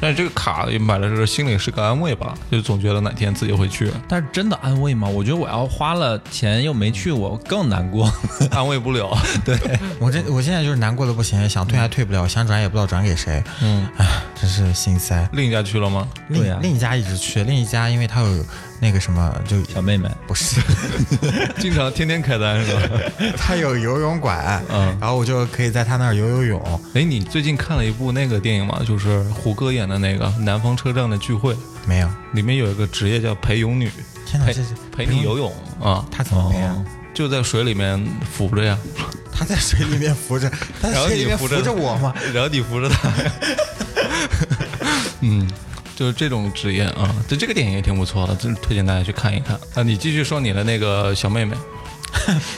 但是这个卡也买了是心里是个安慰吧，就总觉得哪天自己会去，
但是真的安慰吗？我觉得我要花了钱又没去，我更难过。
安慰不了。
我这我现在就是难过的不行，想退还退不了，想转也不知道转给谁。嗯，唉，真是心塞。
另一家去了吗？
另、
对呀
另一家一直去，另一家因为他有那个什么，就
小妹妹，
不是
经常天天开单是吧？
他有游泳馆，
嗯
然后我就可以在他那儿游游泳。
哎，你最近看了一部那个电影吗？就是胡歌演的那个《南方车站的聚会》，
没有，
里面有一个职业叫陪泳女，哎
天哪，
陪
这是
陪你游泳啊，
他怎么没啊？
就在水里面浮着呀，
他在水里面浮着， 他
然
在
后
哎水
你
里面
扶
扶
着
着我吗？
然后你扶着她。嗯，就是这种职业啊，对这个电影也挺不错的，真是推荐大家去看一看啊。你继续说你的那个小 妹妹，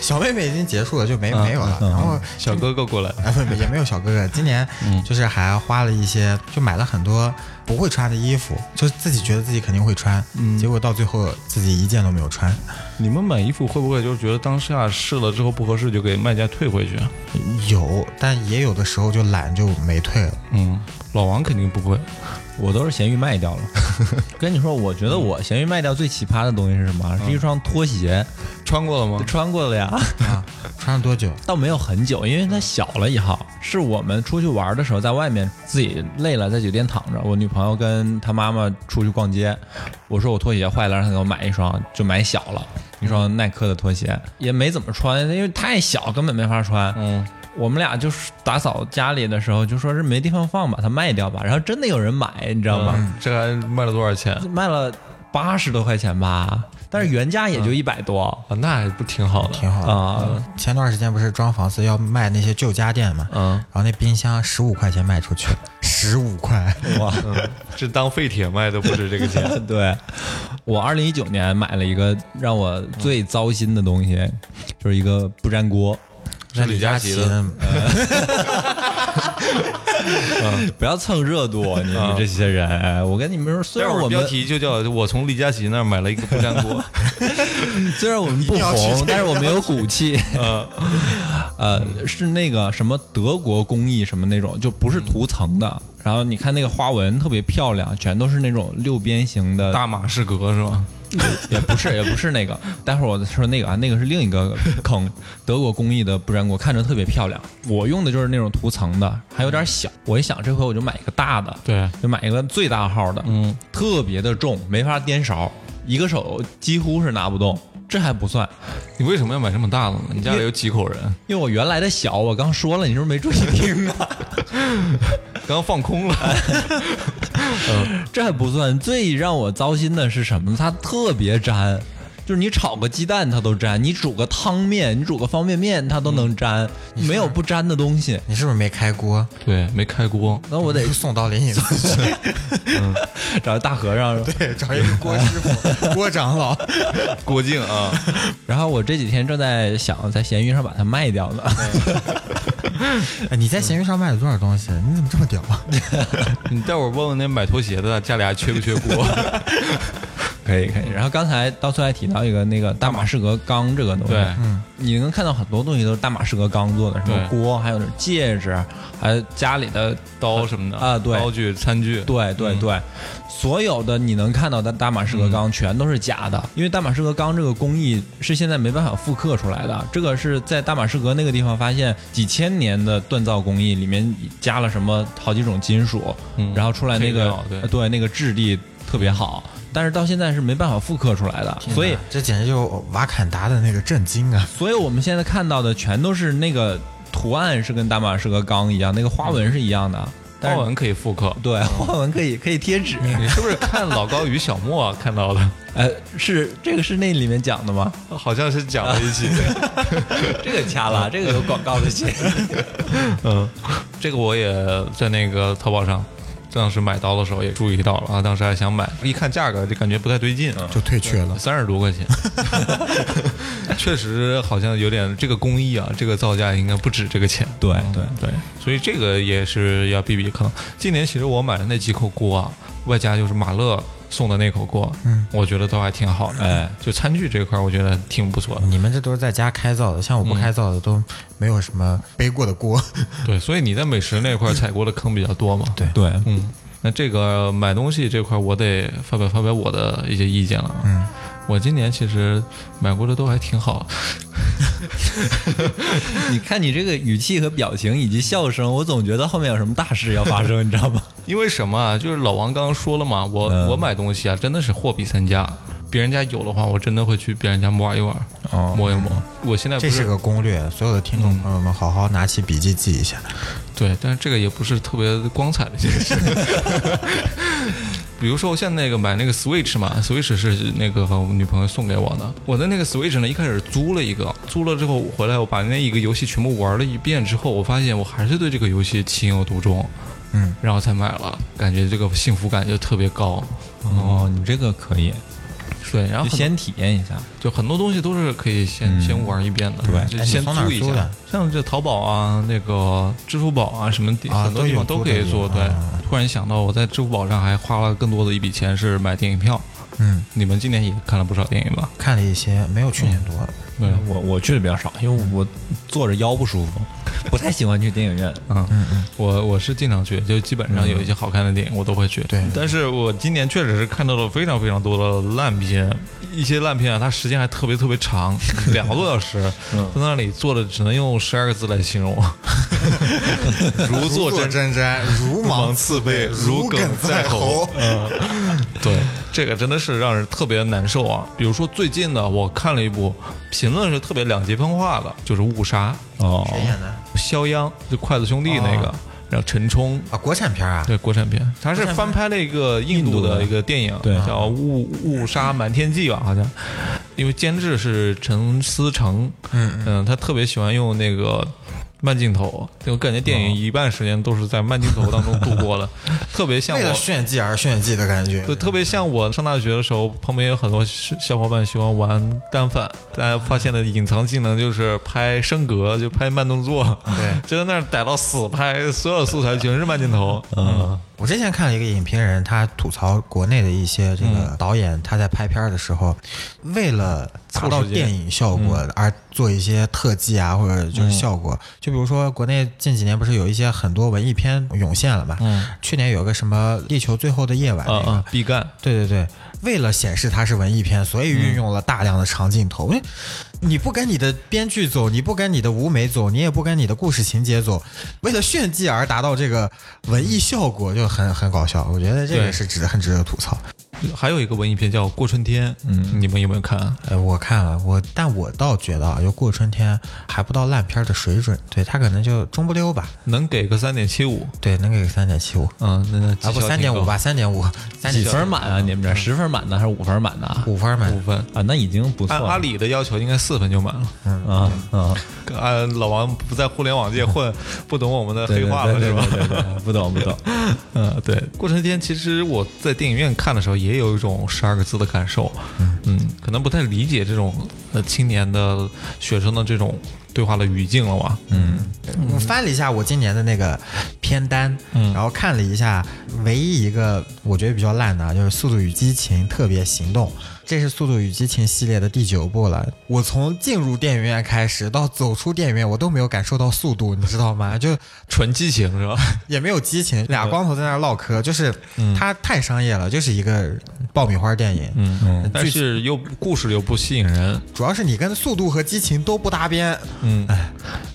小妹妹已经结束了，就没、
嗯
没有了。然后
小哥哥过来，
哎，不，也没有小哥哥。今年就是还花了一些，就买了很多不会穿的衣服，就自己觉得自己肯定会穿，结果到最后自己一件都没有穿。
你们买衣服会不会就是觉得当下试了之后不合适就给卖家退回去？
有，但也有的时候就懒就没退了。
嗯，老王肯定不会。
我都是闲鱼卖掉了。 跟你说，我觉得我闲鱼卖掉最奇葩的东西是什么？啊是一双拖鞋，
穿过了吗？
穿过了呀。
啊，穿了多久？
倒没有很久，因为它小了一号。是我们出去玩的时候，在外面自己累了，在酒店躺着。我女朋友跟她妈妈出去逛街，我说我拖鞋坏了，让她给我买一双，就买小了一双耐克的拖鞋，也没怎么穿，因为太小，根本没法穿。
嗯，
我们俩就是打扫家里的时候，就说是没地方放，把它卖掉吧。然后真的有人买，你知道吗？
这还卖了多少钱？啊
卖了八十多块钱吧，但是原价也就一百多
啊，那还不挺好的？
挺好的。
啊。
前段时间不是装房子要卖那些旧家电嘛，
嗯
然后那冰箱十五块钱卖出去，十五块，
哇，
这当废铁卖都不止这个 钱。
对，我二零一九年买了一个让我最糟心的东西，就是一个不粘锅。
是李佳琦的，
不要蹭热度，啊你们这些人，哎我跟你们说，虽
待
然
会
我
儿标
们
题就叫“我从李佳琦那儿买了一个不粘锅
虽然我们不
定要去这
红
个，
但是我们有骨 气。呃，是那个什么德国工艺什么那种，就不是涂层的。然后你看那个花纹特别漂亮，全都是那种六边 形”，的
大马士革是吧？
也不是，也不是那个。待会儿我再说那个啊，那个是另一个坑。德国工艺的不粘锅看着特别漂亮，我用的就是那种涂层的，还有点小。我一想，这回我就买一个大的，
对，
就买一个最大号的，嗯，特别的重，没法颠勺，一个手几乎是拿不动。这还不算，
你为什么要买这么大的呢？你家里有几口人？
因为我原来的小，我刚说了，你是不是没注意听啊？
刚刚放空了，
这还不算，最让我糟心的是什么？它特别粘，就是你炒个鸡蛋它都粘，你煮个汤面，你煮个方便面它都能粘，没有不粘的东 西。
你是不是没开锅？
对，没开锅。
那我得
就 送到灵隐寺去，
找大和尚。
对，找一个郭师傅、 郭长老。
郭靖啊，
然后我这几天正在想在闲鱼上把它卖掉呢。
哎，你在闲鱼上卖了多少东西？你怎么 这么屌啊？
你待会儿问问那买拖鞋的，家里还缺不缺锅？
可以可以。 然后刚才刀崔还提到一个那个大马士革钢这个东西，
对
嗯，你能看到很多东西都是大马士革钢做的，什
对
么锅，还有那戒指，还有家里的
刀什么的
啊对
刀具、餐具，
对对
嗯
对，所有的你能看到的大马士革钢全都是假的，因为大马士革钢这个工艺是现在没办法复刻出来的。这个是在大马士革那个地方发现几千年的锻造工艺里面加了什么好几种金属，
嗯
然后出来那
配
个
料对
呃那个质地特别好，但是到现在是没办法复刻出来的，所以
这简直就瓦坎达的那个震惊啊！
所以我们现在看到的全都是那个图案是跟大马士革钢一样，那个花纹是一样的，但
花
是。
纹可以复刻。
对，花纹可以可以贴 纸，
你是不是看老高与小莫啊看到的？
呃，是这个是那里面讲的吗？
好像是讲了一 起。
这个掐了，这个有广告的钱。
嗯，这个我也在那个淘宝上，当时买刀的时候也注意到了啊，当时还想买，一看价格就感觉不太对劲啊，
就退却了，
三十多块钱，确实好像有点这个工艺啊，这个造价应该不止这个钱。
对对
对，所以这个也是要避避坑。今年其实我买的那几口锅啊，外加就是马乐送的那口锅，
嗯，
我觉得都还挺好的。
哎，
就餐具这块，我觉得挺不错的。
你们这都是在家开灶的，
嗯
像我不开灶的都没有什么背过的锅。
对，所以你在美食那块踩过的坑比较多嘛？
对
对，
嗯，那这个买东西这块，我得发表发表我的一些意见了。
嗯，
我今年其实买过的都还挺好，
你看你这个语气和表情以及笑声，我总觉得后面有什么大事要发生，你知道吗？
因为什么啊？就是老王刚刚说了嘛，我、
嗯
我买东西啊，真的是货比三家。别人家有的话，我真的会去别人家摸一玩，
哦
摸一摸。我 现在不嗯
这是个攻略，所有的听众朋友们好好拿起笔记记一下。
对，但是这个也不是特别光彩的一件事。比如说，我现在那个买那个 Switch 嘛，Switch 是那个我女朋友送给我的。我的那个 Switch 呢，一开始租了一个，租了之后我回来，我把那一个游戏全部玩了一遍之后，我发现我还是对这个游戏情有独钟，
嗯，
然后才买了，感觉这个幸福感就特别高。
哦，你这个可以，
对，然后很
就
多
先体验一下。
就很多东西都是可以先、
嗯
先玩一遍的，
对
就
哎
先
你从哪
租
儿
一
租
下
的。
像这淘宝啊、那个支付宝啊什么地，
啊
很多地方
都有
都可以
租
做。
的
对
啊，
突然想到我在支付宝上还花了更多的一笔钱是买电影票。
嗯，
你们今年也看了不少电影吧？
看了一些，没有去年多。
对，
我我去的比较少，因为我坐着腰不舒服， 不太喜欢去电影院。
嗯，我我是经常去，就基本上有一些好看的电影我都会去。
对
但是我今年确实是看到了非常非常多的烂片，一些烂片啊，它时间还特别特别 长，两个多小时，在那里坐着只能用十二个字来形 容，如坐针毡。
针毡，如
芒刺背，如鲠在喉。。嗯，对，这个真的是让人特别难受啊。比如说最近的，我看了一部评论是特别两极分化的，就是《误杀
哦，
谁演的？啊，》，
肖央就筷子兄弟那个，然后陈冲。
国产片啊。
对国产片，他是翻拍了一个印度的一个电影，
对
叫《误误杀瞒天记》吧，好像，因为监制是陈思诚，
嗯
嗯，他特别喜欢用那个慢镜头，我感觉电影一半时间都是在慢镜 头当中度过的，特别像
为了
我。
炫技而炫技的感觉。
对，特别像我上大学的时候，旁边有很多小小伙伴喜欢玩单反，大家发现的隐藏技能就是拍升格，就拍慢动作，
对
就在那儿逮到死拍，所有素材全是慢镜头。嗯，
我之前看了一个影评人，他吐槽国内的一些这个导演，他在拍片儿的时候，为了达到电影效果而做一些特技啊，或者就是效果。就比如说国内近几年不是有一些很多文艺片涌现了嘛？
嗯
去年有个什么《地球最后的夜晚》那
啊
个，
啊，必干。
对对对，为了显示它是文艺片，所以运用了大量的长镜头。因为你不跟你的编剧走，你不跟你的舞美走，你也不跟你的故事情节走，为了炫技而达到这个文艺效果，就很很搞笑。我觉得这
对
个是值得很值得吐槽。
还有一个文艺片叫《过春天》，嗯，你们有没有看啊？
呃，我看了我，但我倒觉得啊，就过春天还不到烂片的水准，对它可能就中不溜吧。
能给个三点七五，
对，能给三点七五，
嗯，那那绩
啊不
效
三点
挺
五
高
吧，，三点五，三
几
点
分满啊？你们这儿十分满的还是五分满的啊？
五分满
五。分。
啊，那已经不错
按
了。
阿里的要求，应该四分就满了。
啊啊，
按老王不在互联网界混，不懂我们的
对
黑
对
话了
对
是吧？
对对对对不懂不懂。
嗯，对，《过春天》其实我在电影院看的时候，也有一种十二个字的感受。嗯，可能不太理解这种呃青年的学生的这种对话的语境了嘛。嗯，
我翻了一下我今年的那个片单，
嗯
然后看了一下，唯一一个我觉得比较烂的啊就是《速度与激情：特别行动》，这是《速度与激情》系列的第九部了。我从进入电影院开始到走出电影院，我都没有感受到速度，你知道吗？就
纯激情是吧？
也没有激情，俩光头在那儿唠嗑，就是它太商业了，就是一个爆米花电影。
嗯，但
最
是又故事又不吸引人，
主要是你跟速度和激情都不搭边，
嗯，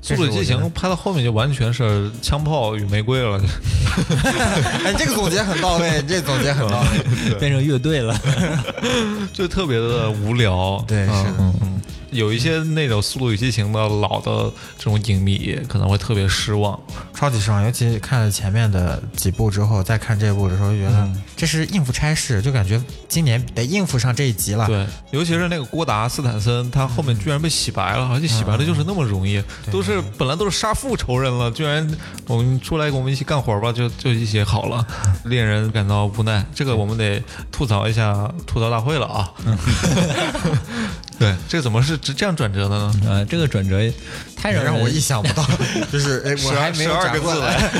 这
速
是
度
我
与激
觉得
情拍到后面就完全是枪炮与玫瑰了。
哎，这个总结很到位，这总结很 到位。
变成乐队了。
就特别的无聊。嗯
对是的
嗯嗯，有一些那种《速度与激情》的老的这种影迷可能会特别失望。
超级失望，尤其看了前面的几部之后，再看这部的时候，就觉得这是应付差事，就感觉今年得应付上这一集了。
对，尤其是那个郭达斯坦森，他后面居然被洗白了，而且洗白的就是那么容易，都是本来都是杀父仇人了，居然我们出来我们一起干活吧，就就一起好了，令人感到无奈。这个我们得吐槽一下吐槽大会了啊。 对，这怎么是这这样转折的呢？
啊
呃，这个转折太
也
让
让我
人
意想不到，就是哎，我还没有转过来，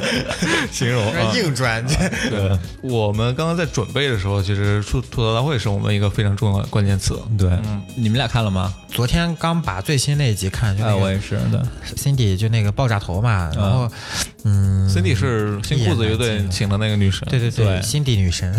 形容啊
硬转这
对，我们刚刚在准备的时候，其实吐吐槽大会是我们一个非常重要的关键词。
对，嗯你们俩看了吗？
昨天刚把最新那一集看，就
哎，
那
我
个
也是。对，
Cindy 就那个爆炸头嘛，然后嗯，
Cindy 是新裤子乐队请的那个女神，
对对对
对
，Cindy 女神，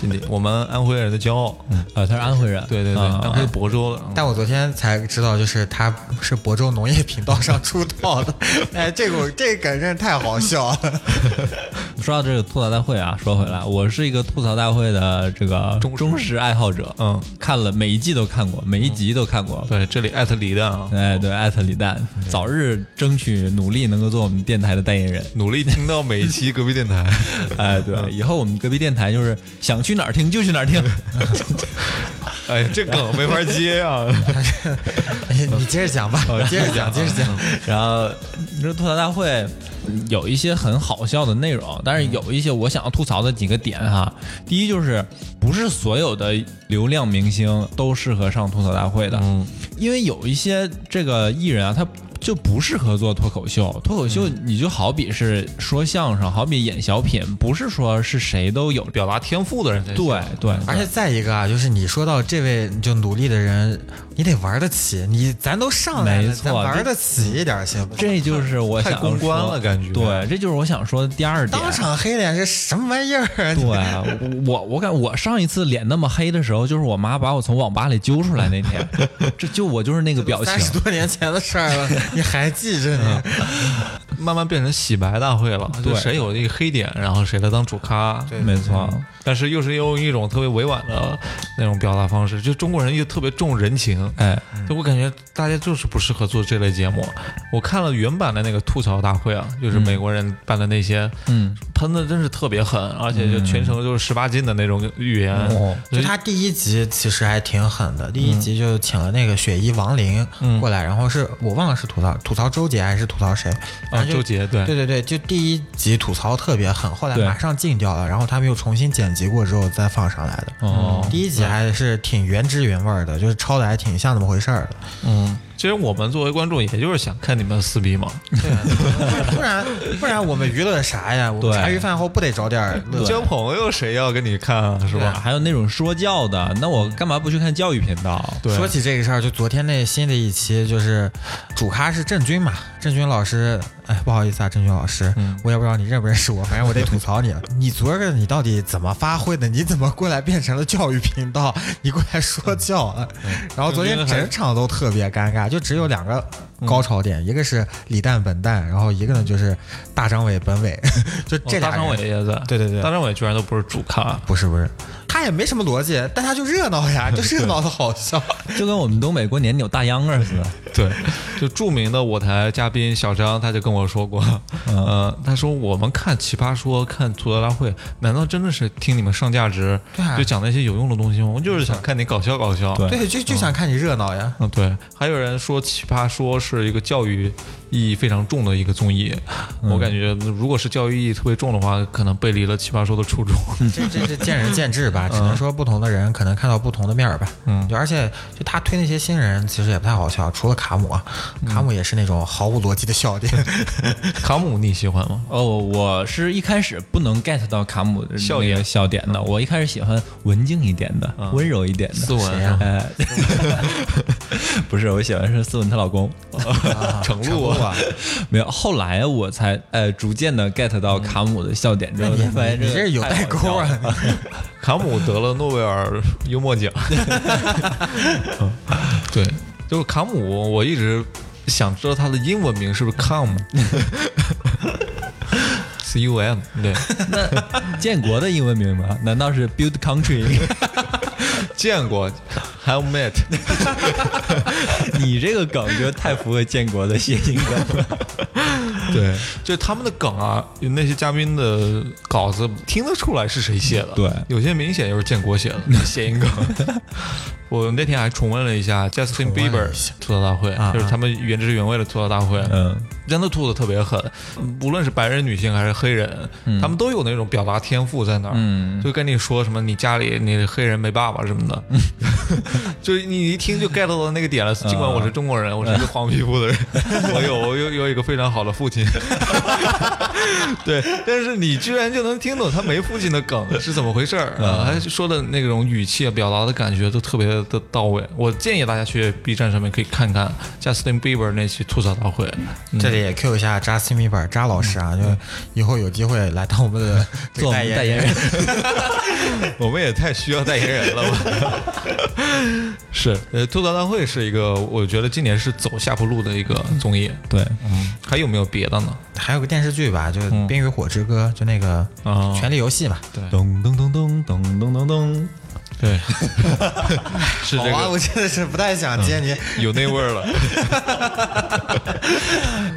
，Cindy，我们安徽人的骄傲。
嗯
呃，他是安徽人。
对对对，
啊
安徽亳州的。
但我昨天才知道，就是她是亳州农业频道上出道的， 哎，这个我这个梗真是太好笑了，
说到这个吐槽大会啊，说回来，我是一个吐槽大会的这个忠忠实爱好者，
嗯，
看了每一季都看过，每一集都看过。
对，这里艾特李诞
嗯
啊，
哎，对，艾特李诞，早日争取努力能够做我们电台的代言人。
努力听到每一期隔壁电 台。
哎，对，以后我们隔壁电台就是想去哪儿听就去哪儿听。
哎，这梗没法接啊。
哎你接着讲吧，接 着讲，接着讲。
然后你说吐槽大会有一些很好笑的内容，但是有一些我想要吐槽的几个点哈。第一就是不是所有的流量明星都适合上吐槽大会的，
嗯
因为有一些这个艺人啊，他。就不适合做脱口秀，脱口秀
嗯
你就好比是说相声，好比演小品，不是说是谁都有。
表达天赋的人才行
对对，
而且再一个啊，就是你说到这位就努力的人，你得玩得起，你咱都上来了，
没错
咱玩得起一点行不行？
这就是我
太
想
公关
说
了感觉
对，这就是我想说的第二点。
当场黑脸是什么玩意儿啊？
对
你
我，我感我上一次脸那么黑的时候，就是我妈把我从网吧里揪出来那天，这就我就是那个表情嗯
三。十多年前的事儿 了，你还记着呢？
慢慢变成洗白大会了，就
对
谁有一个黑点，然后谁来当主咖。对
没错，
但是又是用一种特别委婉的那种表达方式，就中国人又特别重人情，
哎，
就我感觉大家就是不适合做这类节目。我看了原版的那个吐槽大会啊，就是美国人办的那些，
嗯，
喷的真是特别狠，而且就全程就是十八禁的那种语言，啊
哦
就他第一集其实还挺狠的，第一
嗯
集就请了那个雪姨王玲过来，然后是我忘了是吐槽吐槽周杰还是吐槽
哦
谁，
啊
反，
周
正就
杰对
对对对，就第一集吐槽特别狠，后来
对
马上禁掉了，然后他们又重新剪辑过之后再放上来的。
哦
第一集还是挺原汁原味儿的，就是抄的还挺像那么回事儿 的。
嗯，其实我们作为观众，也就是想看你们撕逼嘛，
不然不然我们娱乐啥呀？我们
对
茶余饭后不得找点儿乐？
交朋友谁要跟你看啊，是吧？
还有那种说教的，那我干嘛不去看教育频道？
对
说起这个事儿，就昨天那新的一期，就是主咖是郑钧嘛，郑钧老师，哎，不好意思啊，郑钧老师，
嗯
我也不知道你认不认识我，反正我得吐槽你了。你昨儿个你到底怎么发挥的？你怎么过来变成了教育频道？你过来说教了？然后昨天
嗯郑钧还嗯
整场都特别尴尬，就只有两个高潮点，一个是李诞本诞，然后一个呢就是大张伟本伟， 就
哦
这俩
大张
人
伟
哎
也在，
对对对
大张伟居然都不是主咖，
不是不是，他也没什么逻辑，但他就热闹呀，就热闹的好笑。
就跟我们东北过年扭大秧 歌似的。
对，就著名的我台嘉宾小张，他就跟我说过， 呃，他说我们看《奇葩说》、看《吐槽大会》，难道真的是听你们上价值，
对啊
就讲那些有用的东西吗？我就是想看你搞笑搞笑。
对
对，就就想看你热闹呀。
嗯，对。还有人说《奇葩说》是一个教育意义非常重的一个综艺。我感觉如果是教育意义特别重的话，可能背离了奇葩说的初衷。
这这这见仁见智吧，只能说不同的人可能看到不同的面儿吧。嗯，而且就他推那些新人，其实也不太好笑，除了卡姆，啊，卡姆也是那种毫无逻辑的笑点。
卡姆你喜欢吗？
哦，我是一开始不能 get 到卡姆的
笑
那
点嗯
个笑点的，我一开始喜欢文静一点的、温柔一点的
斯文啊
谁呀
哎， 不是，我喜欢是斯文她老公，
程璐 啊，
没有。后来我才呃逐渐的 get 到卡姆的笑点之后，
你
才发现
你这
这
有代沟啊！
卡姆得了诺贝尔幽默奖。 对，就是卡姆，我一直想知道他的英文名是不是 Cum。C U M，对，
建国的英文名吗？难道是 Build Country？
见过，还有 Met，
你这个梗就太符合建国的谐音梗 了。
对，就是他们的梗啊，那些嘉宾的稿子听得出来是谁写的，
对
有些明显就是建国写的谐音梗。 我那天还重温了一下 Justin
温了
Bieber
一下
吐槽大会，
啊
就是他们原汁原味的吐槽大会，啊
嗯，
真的吐的特别狠，无论是白人女性还是黑人，他们都有那种表达天赋在那儿，
嗯
就跟你说什么你家里你黑人没爸爸什么的， 就是你一听就 get 到那个点了。尽管我是中国人，我是一个黄皮肤的人， 我有我有有一个非常好的父亲， 对，但是你居然就能听懂他没父亲的梗是怎么回事儿啊？他说的那种语气啊，表达的感觉都特别的到位。我建议大家去 B 站上面可以看看 Justin Bieber 那期吐槽大会，
这里也 Q 一下扎西米本扎老师啊，就以后有机会来当我们的这个
做我
代
们代言
人。
人。
我们也太需要代言人了吧？是，呃，吐槽大会是一个，我觉得今年是走下坡路的一个综艺。
对，
嗯，还有没有别的呢？
还有个电视剧吧，就《冰与火之歌》，就那个
哦
《权力游戏》嘛。
咚咚咚咚咚咚咚咚。
对，是
好
这
啊，
个
我真的是不太想接你。
有那味儿 了。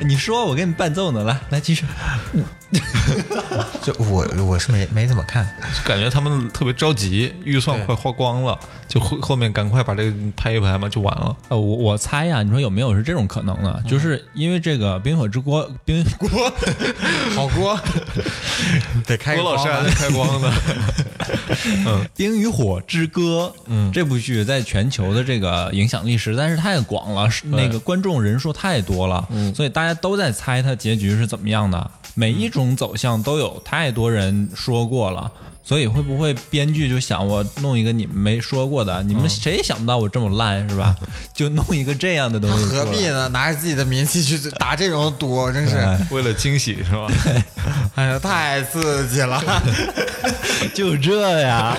你说，我给你伴奏呢，来来继续。
就我我是没没怎么看，
感觉他们特别着急，预算快花光了，就后后面赶快把这个拍一拍嘛，就完了。
呃，我我猜呀、你说有没有是这种可能呢？就是因为这个《冰火之国》冰
锅好锅，得 开
郭
个
老师还
光啊
在开光 呢，
《冰与火之歌》嗯，这部剧在全球的这个影响力实在是太广了，是那个观众人数太多了，所以大家都在猜它结局是怎么样的。每一种走向都有太多人说过了，所以会不会编剧就想我弄一个你们没说过的，你们谁也想不到我这么烂是吧？就弄一个这样
嗯
的东西出来，
何必呢？拿着自己的名气去打这种赌，真是，
为了惊喜是吧？
哎呀，太刺激 了！
就这 呀？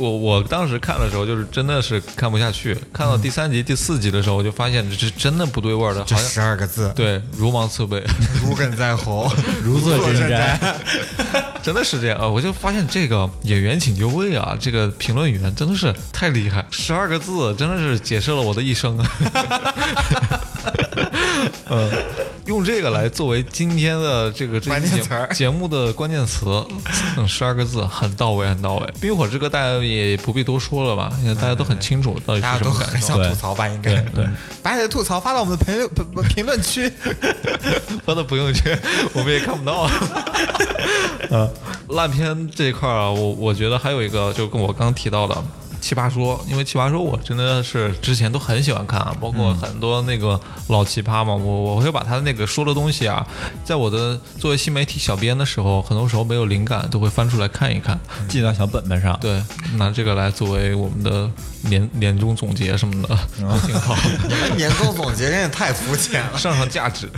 我我当时看的时候，就是真的是看不下去，看到第
嗯
三集、第四集的时候，我就发现这是真的不对味儿的，
这
好像
十二个字，
对如芒刺背，
如鲠 在喉，
如坐针毡。
真的是这样啊！我就发现这个演员请就位啊，这个评论员真的是太厉害，十二个字真的是解释了我的一生啊。 嗯，用这个来作为今天的这个这
关
期
键
节
词儿
节目的关键词，嗯，十二个字很到位，很到位。《冰与火之歌》大家也不必多说了吧，因为大家都很清楚到底
大
是什
家都
么感
很
受
想。吐槽吧？应该对，把你的吐槽发到我们的评论不不评论区。
发到朋友圈，我们也看不到。烂片这一块儿啊，我我觉得还有一个，就跟我刚提到的《奇葩说》，因为《奇葩说》我真的是之前都很喜欢看啊，包括很多那个老奇葩嘛，我我会把他那个说的东西啊，在我的作为新媒体小编的时候，很多时候没有灵感，都会翻出来看一看。
记到小本本上。
对，拿这个来作为我们的年年终总结什么的，都挺好。
年终总结真是太肤浅 了。
上上价值。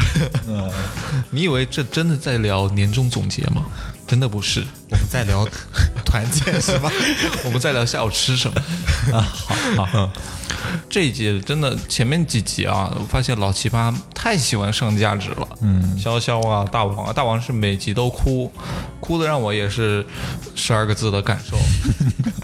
你以为这真的在聊年终总结吗？真的不是，
我们在聊团建是吧？
我们在聊下午吃什么。
好，好，
这一季真的前面几集啊，我发现老奇葩太喜欢上价值了。嗯，潇潇啊，大王啊，大王是每集都哭，哭的让我也是十二个字的感受，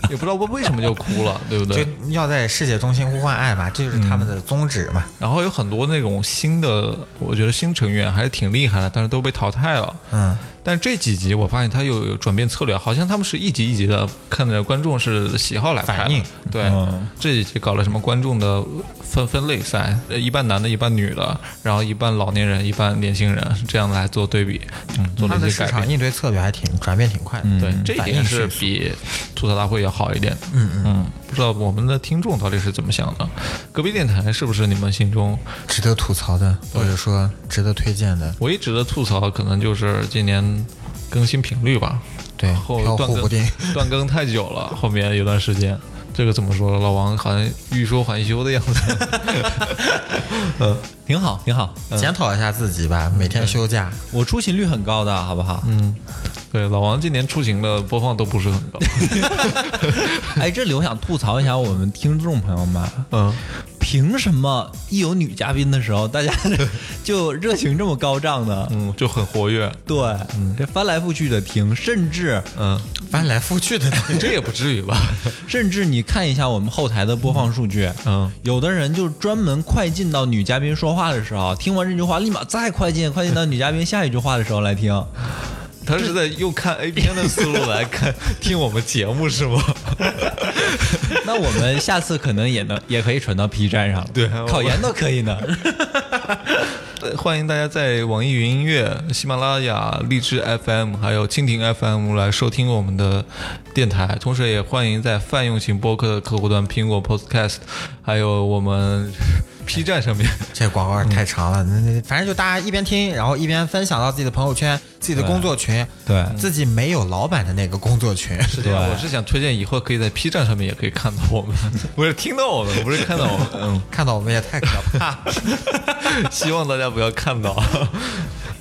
也不知道为为什么就哭了，对不嗯
就
对？
要在世界中心呼唤爱嘛，这就是他们的宗旨嘛。
然后有很多那种新的，我觉得新成员还是挺厉害的，但是都被淘汰了。
嗯，
但这几集我发现他又有转变策略，好像他们是一集一集的，看着观众是喜好来排的
反应。
对，
嗯
这几集搞了什么观众的分分类赛，呃一半男的，一半女的，然后一半老年人，一半年轻人，这样来做对比，做
他
了
们的
一些
市
改变嗯
场。应对策略还挺转变挺快的。
对，这一
嗯反
点
应
是
迅速
比吐槽大会要好一点。嗯嗯，不知道我们的听众到底是怎么想的？隔壁电台是不是你们心中？
值得吐槽的，或者说值得推荐的，
唯一值得吐槽，可能就是今年更新频率吧，
对，
然后
飘
断
忽
更
不定。
断更太久了，后面有段时间，这个怎么说？老王好像欲说还休的样子。
挺好，挺好。嗯
检讨一下自己吧，每天休假，
我出勤率很高的，好不好？
嗯，对，老王今年出行的播放都不是很 高。
哎，这里我想吐槽一下我们听众朋友们，啊
嗯，
凭什么一有女嘉宾的时候，大家 就热情这么高涨呢？
嗯，就很活跃。
对，嗯这翻来覆去的听，甚至
嗯，
翻来覆去的。
这也不至于吧？
甚至你看一下我们后台的播放数据，
嗯，
有的人就专门快进到女嘉宾说话的时候，听完这句话立马再快进，快进到女嘉宾下一句话的时候来听。
他是在用看 A 片的思路来 看听我们节目是吗？
那我们下次可能也能也可以传到 B 站上了，
对
考研都可以呢。
对欢迎大家在网易云音乐、喜马拉雅、荔枝 FM 还有蜻蜓 FM 来收听我们的电台，同时也欢迎在泛用型播客的客户端苹果 Podcast，还有我们 P 站上面。
这广告太长了，那那反正就大家一边听，然后一边分享到自己的朋友圈、自己的工作群，
对
自己没有老板的那个工作群，
是这样，我是想推荐以后可以在 P 站上面也可以看到我们，不是听到我们，不是看到我们。嗯，
看到我们也太可怕了。
希望大家不要看到，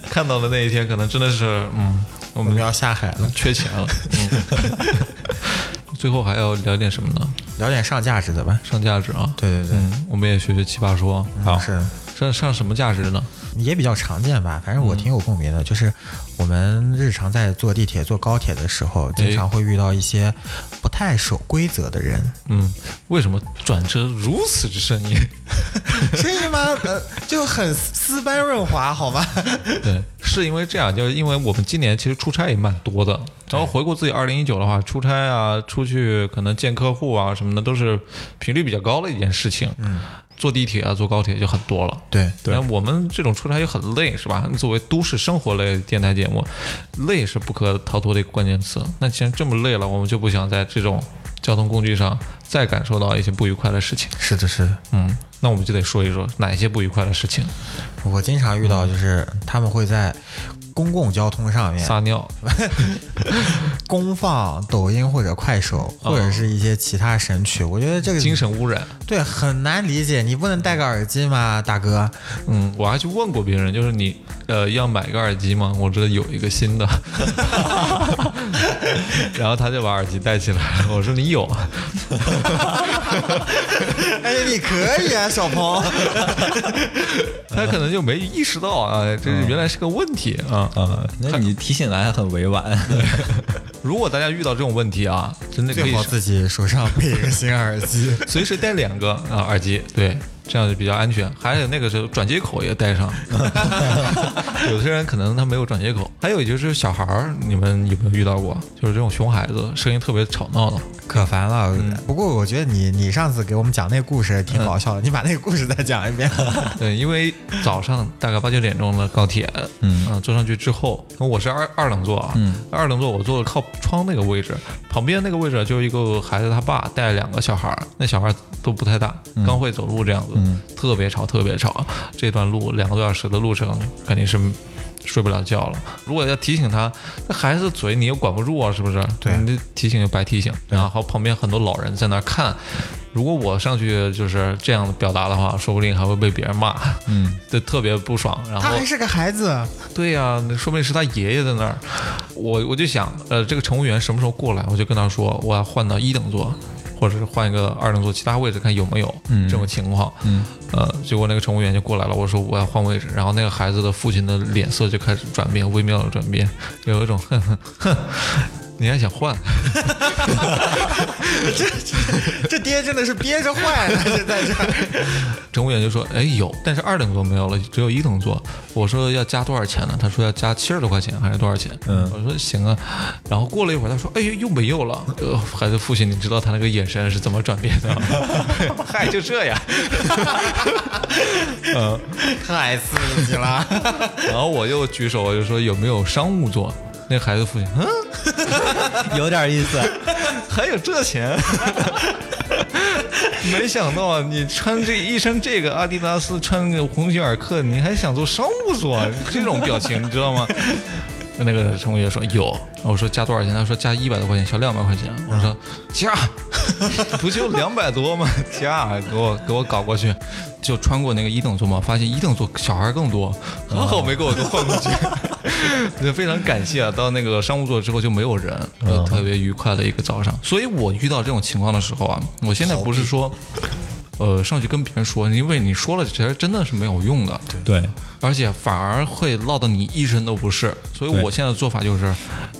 看到的那一天可能真的是，嗯，我
我
们
们要下海了，
缺钱了。嗯， 最后还要聊点什么呢？
聊点上价值的吧。
上价值啊。
对对嗯对，
嗯，我们也学学奇葩说。好
是
上上什么价值呢？
也比较常见吧，反正我挺有共鸣的，就是我们日常在坐地铁、坐高铁的时候，经常会遇到一些不太守规则的人。
嗯，为什么转折如此之深夜？
是吗？呃，就很丝般润滑，好吧？
对，是因为这样，就是因为我们今年其实出差也蛮多的。然后回顾自己二零一九的话，出差啊，出去可能见客户啊什么的，都是频率比较高的一件事情。嗯，坐地铁啊，坐高铁就很多了。
对
那我们这种出差又很累，是吧？作为都市生活类电台节目，累是不可逃脱的一个关键词。那既然这么累了，我们就不想在这种交通工具上再感受到一些不愉快的事情。
是的，是的。
嗯，那我们就得说一说哪一些不愉快的事情，
我经常遇到，就是他们会在公共交通上面
嗯撒尿，
公放抖音或者快手，或者是一些其他神曲。我觉得这个
哦精神污染。
对很难理解，你不能戴个耳机吗，大哥？
嗯，我还去问过别人，就是你呃要买个耳机吗？我这有一个新的，然后他就把耳机戴起来了。我说你有啊？
哎，你可以 啊，小鹏。
他可能就没意识到啊，这原来是个问题啊。
啊、那你提醒来很委婉。
如果大家遇到这种问题啊，真的可
最
以
好自己手上备一个新耳 机。
随时带两个啊耳机，对，这样就比较安全。还有那个时候转接口也带 上， 有些人可能他没有转接口。还有就是小孩儿，你们有没有遇到过？就是这种熊孩子，声音特别吵闹的。
可烦了。
嗯
不过我觉得你你上次给我们讲那故事挺搞
嗯
笑的，你把那个故事再讲一遍。
对，因为早上大概八九点钟的高铁，嗯、坐上去之后，我是二二等座啊，二等座我坐靠窗那个位置，旁边那个位置就是一个孩子他爸带两个小孩儿，那小孩儿都不太大，刚会走路这样子，特别吵，特别吵。这段路两个多小时的路程，肯定是。睡不了觉了。如果要提醒他，那孩子嘴你又管不住啊，是不是？
对
你这提醒就白提醒。然后旁边很多老人在那儿看，如果我上去就是这样表达的话，说不定还会被别人骂，嗯， 就特别不爽。然
他
后
还是个孩子，
对呀、那说不定是他爷爷在那儿。我我就想，呃，这个乘务员什么时候过来？我就跟他说，我要换到一等座。或者是换一个二等座其他位置看有没有这种情况。嗯，呃，结果那个乘务员就过来了，我说我要换位置，然后那个孩子的父亲的脸色就开始转变，微妙的转变，有一种 哼哼哼，你还想换？
这爹真的是憋着坏了，这在这儿。
乘务员就说：“哎，有，但是二等座没有了，只有一等座。”我说：“要加多少钱呢？”他说：“要加七十多块钱，还是多少钱？”嗯，我说：“行啊。”然后过了一会儿，他说：“哎呦，又没有了。”呃，孩子父亲，你知道他那个眼神是怎么转变的吗？ 嗨，就这样。
太刺激了！
然后我又举手，我就说：“有没有商务座？”那孩子父亲，嗯，
有点意思。
还有这钱？ 没想到啊你穿这一身这个阿迪达斯，穿个鸿星尔克，你还想做商务座？这种表情你知道吗？那个乘务员说有，我说加多少钱？他说加一百多块钱，小两百块钱。我说加， 不就两百多吗？ 加，给我给我搞过去，就穿过那个一等座嘛，发现一等座小孩更多，很好没给我都换过去。对，非常感谢啊！到那个商务座之后就没有人，呃特别愉快的一个早上。所以我遇到这种情况的时候啊，我现在不是说，呃，上去跟别人说，因为你说了，其实真的是没有用的。对。
对，
而且反而会落得你一身都不是。所以我现在的做法就是，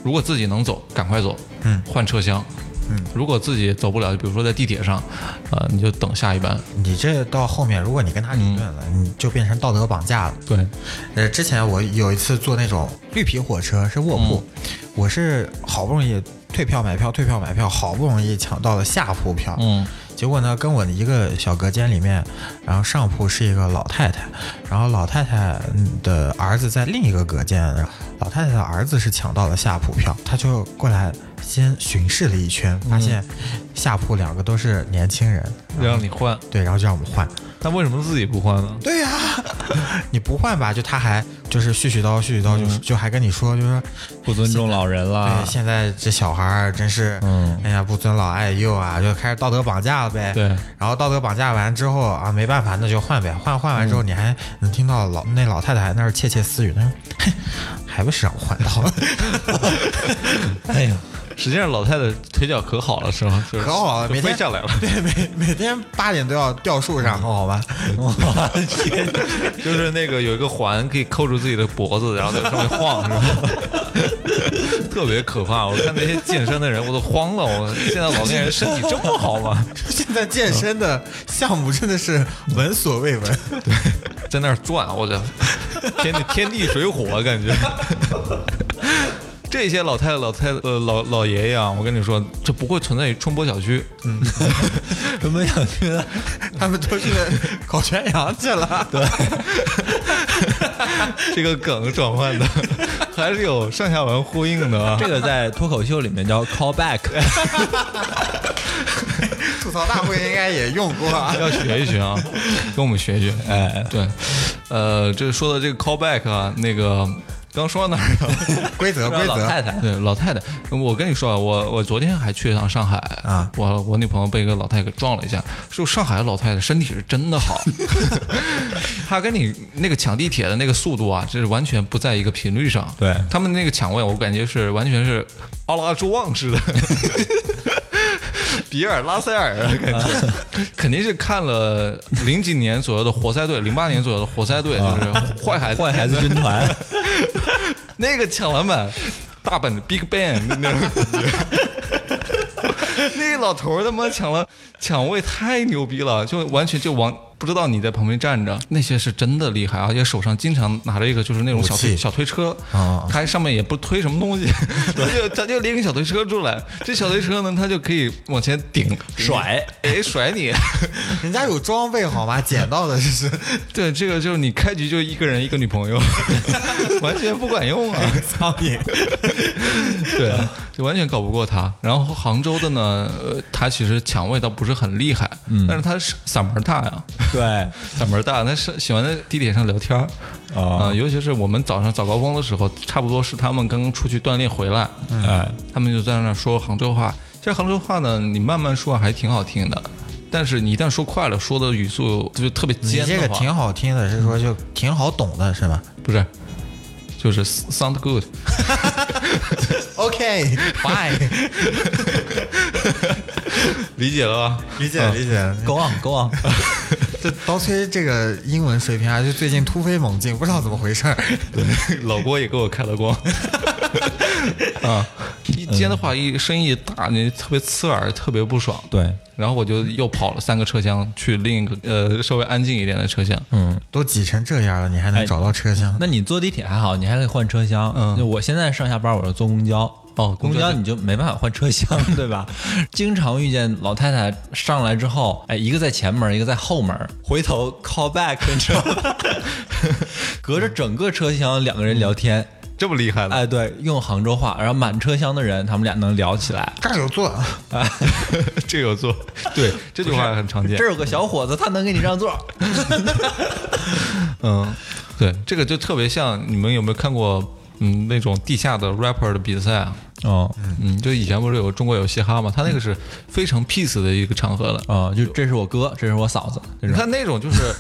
如果自己能走，赶快走，嗯，换车厢。嗯，如果自己走不了，比如说在地铁上，呃，你就等下一班。
你这到后面，如果你跟他理论了，你就变成道德绑架了。
对，
呃，之前我有一次坐那种绿皮火车，是卧铺，我是好不容易退票买票，退票买票，好不容易抢到了下铺票。
嗯，
结果呢，跟我的一个小隔间里面，然后上铺是一个老太太，然后老太太的儿子在另一个隔间，然后老太太的儿子是抢到了下铺票，他就过来先巡视了一圈，发现下铺两个都是年轻人，
让你换。
对，然后就让我们换。
那为什么自己不换呢？
对呀、啊 你不换吧，就他还就是絮絮叨絮絮叨，就是就还跟你说，就是
不尊重老人啦
对，。现在这小孩儿真是，啊嗯，哎呀，不尊老爱幼啊，就开始道德绑架了呗。
对，
然后道德绑架完之后啊，没办法，那就换呗。换换完之后，你还能听到老那老太太还在那儿窃窃私语，她说：“嘿，还不是让我换到，
哎呀，
实际上老太太腿脚可好了是吗？就是
可好了，
就
每
飞
天
下来 了。
对，每每天八点都要吊树上，好吧？
就是那个有一个环可以扣住自己的脖子，然后在上面晃，是吧？ 特别可怕。我看那些健身的人，我都慌了。我现在老年人身体这么好吗？
现在健身的项目真的是闻所未闻。
在那儿转，我这天地天地水火感觉。 这些老太太、老太呃老老爷爷啊，我跟你说，这不会存在于春波小区。
什么想去的？
他们都去 搞全羊去了。对，
这个梗转换的还是有上下文呼应的啊。
这个在脱口秀里面叫 callback，
吐槽大会应该也用过啊。
要学一学啊，跟我们学一学。
哎，
对，呃，这说到这个 callback 啊，那个刚说到哪儿了？
规则规
老
则，
太太，
对，老太太，我跟你说啊，我我昨天还去了趟上海
啊
我我女朋友被一个老太太给撞了一下，说上海的老太太身体是真的 好，她跟你那个抢地铁的那个速度啊，这是完全不在一个频率上。
对
他们那个抢位，我感觉是完全是奥拉朱旺 似的。比尔拉塞尔啊，感觉肯定是看了零几年左右的活塞队，零八年左右的活塞队，就是坏孩子，
啊坏孩子军团，
那个抢篮板，大本 Big Bang 那种感觉。那个老头儿他妈抢了抢位太牛逼了，就完全就往不知道你在旁边站着，那些是真的厉害，而且手上经常拿着一个就是那种小
武
推
器
小推车
啊，
他上面也不推什么东西， 他就他就拎个小推车出来，这小推车呢，他就可以往前顶
甩，
哎甩你，
人家有装备好吗？捡到的这是
对，这个就是你开局就一个人一个女朋友， 完全不管用啊。
苍蝇，
对，就完全搞不过他。然后杭州的呢，呃，他其实抢位倒不是很厉害，但是他是嗓门大呀，
对，
嗓门大，他是喜欢在地铁上聊天儿。
哦
呃尤其是我们早上早高峰的时候，差不多是他们刚刚出去锻炼回来，
哎，
他们就在那说杭州话。其实杭州话呢，你慢慢说还挺好听的，但是你一旦说快了，说的语速就特别
你
尖
这个
的话，
挺好听的，是说就挺好懂的，是吧？
不是，就是 sound good。
OK，
拜，理解了吧？
理解理解。
Go on Go on，
这刀崔这个英文水平还是最近突飞猛进，不知道怎么回事儿。
老郭也给我开了 光。啊，一接的话一声音一大，你特别刺耳，特别不爽。
对，
然后我就又跑了三个车厢，去另一个呃稍微安静一点的车厢。
嗯，
都挤成这样了，你还能
哎
找到车厢？
那你坐地铁还好，你还可以换车厢。
嗯
就我现在上下班我是坐公交。
哦公
公
交
交你就没办法换车厢， 对吧？经常遇见老太太上来之后，哎，一个在前门，一个在后门，回头 call back，你知道吧？隔着整个车厢两个人聊天，
这么厉害的，
哎，对，用杭州话，然后满车厢的人他们俩能聊起来。
这儿有座，
这个有做，对 这句话很常见
这。儿有个小伙子，他能给你让座。
嗯，对，这个就特别像你们有没有看过嗯那种地下的 rapper 的比赛啊？
哦
嗯，就以前不是有中国有嘻哈嘛，他那个是非常 peace 的一个场合了。
哦，就这是我哥，这是我嫂子，这
你
种
看那种 就是。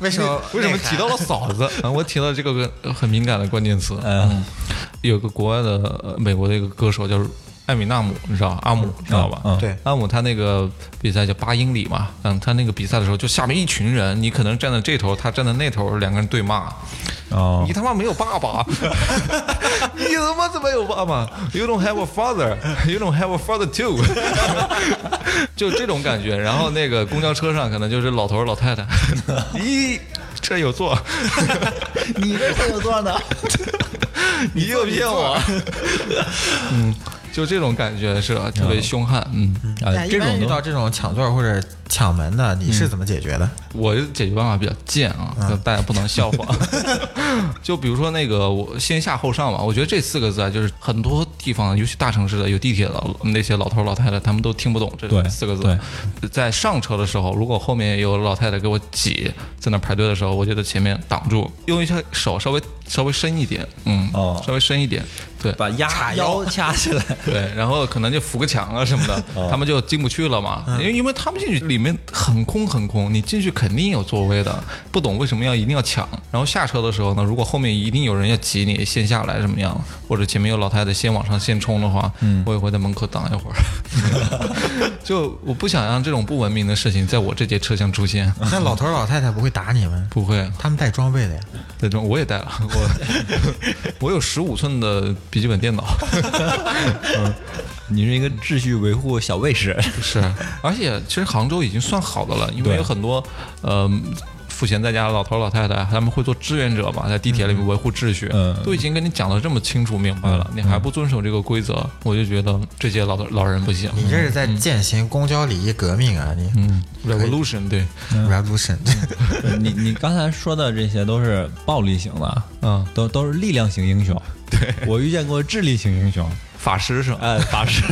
为什么？
为什么提到了嫂子？啊，我提到这个呃很敏感的关键词。
嗯，
有个国外的呃美国的一个歌手叫艾米纳姆，你知道吧阿姆，知道吧？
嗯
对
阿姆他那个比赛叫八英里嘛，嗯，他那个比赛的时候，就下面一群人，你可能站在这头，他站在那头，两个人对骂，
哦
你他妈没有爸爸，你他妈怎么有爸爸？You don't have a father, you don't have a father too，就这种感觉。 然后那个公交车上可能就是老头儿老 太太，咦，这有座，
你这会有多少
啊
呢？
你又骗我， 嗯，就这种感觉是吧特别凶悍，嗯。
啊
哎，
这
一般
种
遇
都
到这种嗯抢座或者抢门的，你是怎么解决 的？
我解决办法比较贱啊，
嗯
就大家不能笑 话。就比如说那个我先下后上嘛，我觉得这四个字啊，就是很多地方，尤其大城市的有地铁的那些老头儿老太太，他们都听不懂这
对
四个字
对。
在上车的时候，如果后面有老太太给我挤，在那排队的时候，我就在前面挡住，用一下手稍微稍微伸一点，嗯，
哦
稍微伸一点，对。
把压腰 掐起来。
对，然后可能就扶个墙啊什么的，他们就进不去了嘛，因为因为他们进去里面很空很空，你进去肯定有座位的，不懂为什么要一定要抢。然后下车的时候呢，如果后面一定有人要挤你，先下来怎么样？或者前面有老太太先往上先冲的话，我也会在门口挡一会儿。就我不想让这种不文明的事情在我这节车厢出现，
那老头儿老太太不会打你们，
不会。
他们带装备的呀。
对，这种我也 带了，我我有十五寸的笔记本电脑。
你是一个秩序维护小卫士，
是，而且其实杭州已经算好的了，因为
对
有很多呃赋闲在家的老头老太太，他们会做志愿者嘛，在地铁里面维护秩序，
嗯
都已经跟你讲的这么清楚明白了，你还不遵守这个规则，我就觉得这些老头老人不行。
你这是在践行公交礼仪革命啊！你
嗯，revolution 对，
嗯 revolution，
你你刚才说的这些都是暴力型的，
嗯，
都都是力量型英雄。对我遇见过智力型英雄，
法师是吧？
哎，法 师，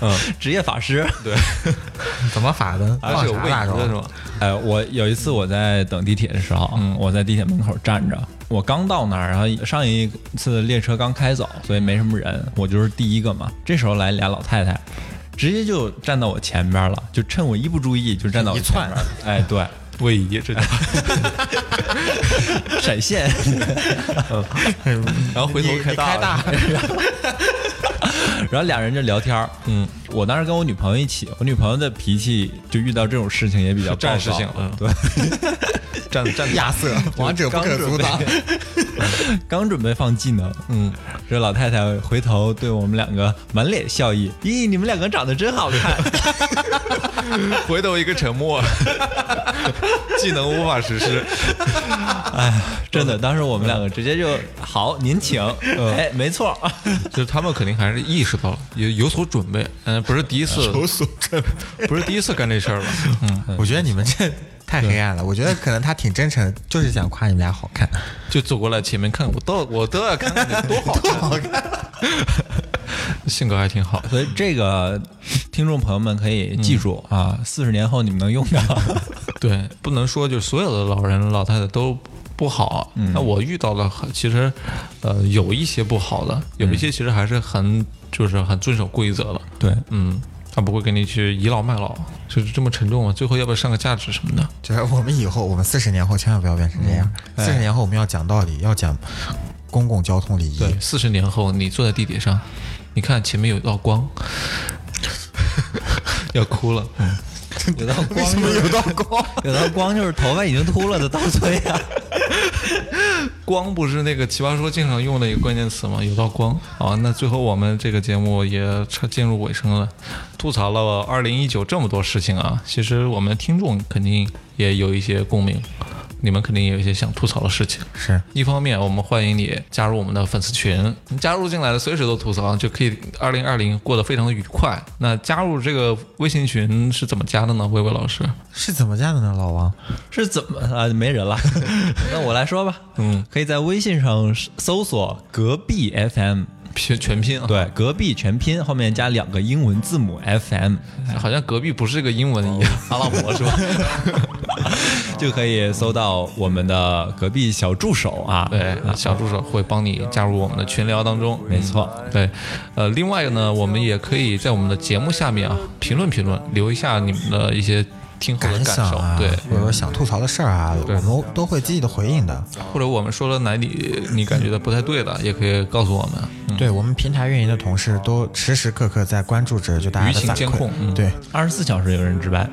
嗯，职业法师。对，
怎么法的？
还啊是有
放
位
啥
置
蜡
的是
烛？
吧？
哎，我有一次我在等地铁的时候，
嗯
我在地铁门口站着，我刚到那儿，然后上一次列车刚开走，所以没什么人，我就是第一个嘛。这时候来俩老太太，直接就站到我前边了，就趁我一不注意就站到我
一
前
窜
边了。哎，对，
位移这叫，
闪现。
然后回头
你
开
你开
大了，
然后俩人就聊天儿，嗯，我当时跟我女朋友一起，我女朋友的脾气就遇到这种事情也比较暴躁
战士性嗯
对，
站站
亚瑟，王者不可 阻挡。
刚准备放技能，嗯，这老太太回头对我们两个满脸笑意，咦，你们两个长得真 好看，
回头一个沉默， 技能无法实施。
真的，当时我们两个直接就好，您请，
嗯
哎，没错，
就是他们肯定还是意识到了，有有所准备，嗯、不是第一次，有所准备，不是第一次干这事儿了，嗯，
我觉得你们 这太黑暗了。我觉得可能他挺真诚，就是想夸你们俩好看。
就走过来前面看，我都我都要看看你 多好看， 性格还挺好，
所以这个听众朋友们可以记住、
嗯
啊，四十年后你们能用到，
对，不能说就所有的老人老太太都。不好，那我遇到了很，其实，呃，有一些不好的，有一些其实还是很，就是很遵守规则的，
对，
嗯，他不会给你去倚老卖老，就是这么沉重啊。最后要不要上个价值什么的？嗯哎
就是我们以后，我们四十年后千万不要变成这样。四十年后我们要讲道理，要讲公共交通礼仪。
对，四十年后你坐在地铁上，你看前面有道光， 要哭了。嗯
有道光就是有道光， 有道光就是头发已经秃了的稻穗啊。
光不是那个《奇葩说》经常用的一个关键词吗？有道光啊！那最后我们这个节目也差进入尾声了，吐槽了二零一九这么多事情啊，其实我们听众肯定也有一些共鸣，你们肯定也有一些想吐槽的事情。
是
一方面，我们欢迎你加入我们的粉丝群，你加入进来了，随时都吐槽，就可以二零二零过得非常的愉快。那加入这个微信群是怎么加的呢？薇薇老师，
是怎么加的呢？老王，
是怎么啊？没人了，那我来说吧。
嗯，
可以在微信上搜索“隔壁 FM”，
全全拼啊，
对，隔壁全拼后面加两个英文字母 FM，
好像隔壁不是个英文一样，阿拉伯是吧？
就可以搜到我们的隔壁小助手啊。
对，小助手会帮你加入我们的群聊当中。
没错，
对，呃，另外一个呢，我们也可以在我们的节目下面啊评论评论，留一下你们的一些听后的感
想
受，
啊，
对，
或者说想吐槽的事儿啊，我们都会积极的回应的。
或者我们说了哪里你感觉的不太对的，也可以告诉我们。
对我们平台运营的同事都时时刻刻在关注着，就大家的
舆情
反
监
馈
控嗯。
对，
二十四小时有人值班。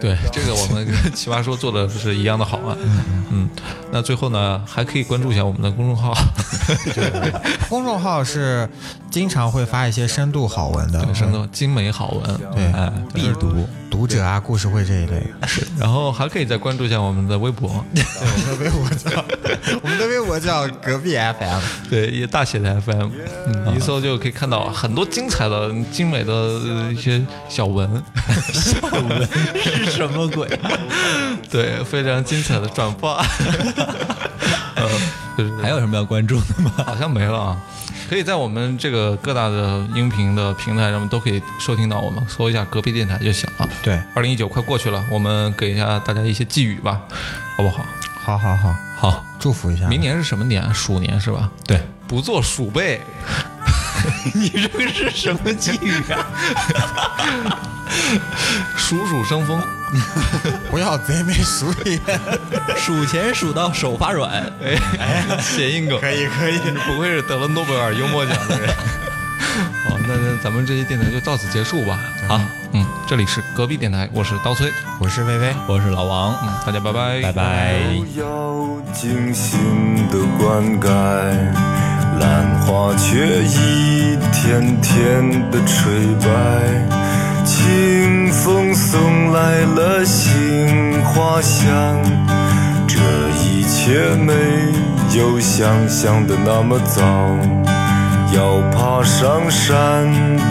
对，这个我们跟奇葩说做的是一样的好啊。嗯，那最后呢，还可以关注一下我们的公众号，
公众号是经常会发一些深度好文的，
什么精美好文。哎
对，
必读。
哎读者啊、故事会这一 类。
然后还可以再关注一下我们的微博，
我们的微博叫 我们的微博叫隔壁 FM。
对，也大写的 FM，嗯，一搜就可以看到很多精彩的、精美的呃一些小文，
是什么鬼？
对，非常精彩的转 发，呃，就是
还有什么要关注的吗？
好像没了啊。可以在我们这个各大的音频的平台上面都可以收听到我们，搜一下隔壁电台就行了。
对，
二零一九快过去了，我们给一下大家一些寄语吧，好不好？
好好好，
好，
祝福一下。
明年是什么年？鼠年是吧？
对，
不做鼠辈，
你这个是什么寄语啊？
啊 鼠鼠生风。
不要贼眉鼠眼。
数钱数到手发软，
哎，谐音梗，可以可以，不愧是得了诺贝尔幽默奖的人。 好，那那咱们这期电台就到此结束吧。好，嗯，这里是隔壁电台，我是刀崔，
我是薇薇。
我是老王，
嗯，大家拜拜，
拜拜。
都要精心的灌溉，兰花却一天天的垂败，清风送来了杏花香，这一切没有想象的那么早，要爬上山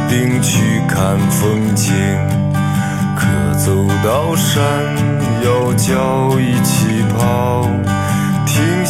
顶去看风景。可走到山腰脚已起泡，停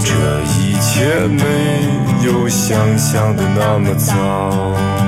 这一切没有想象的那么早。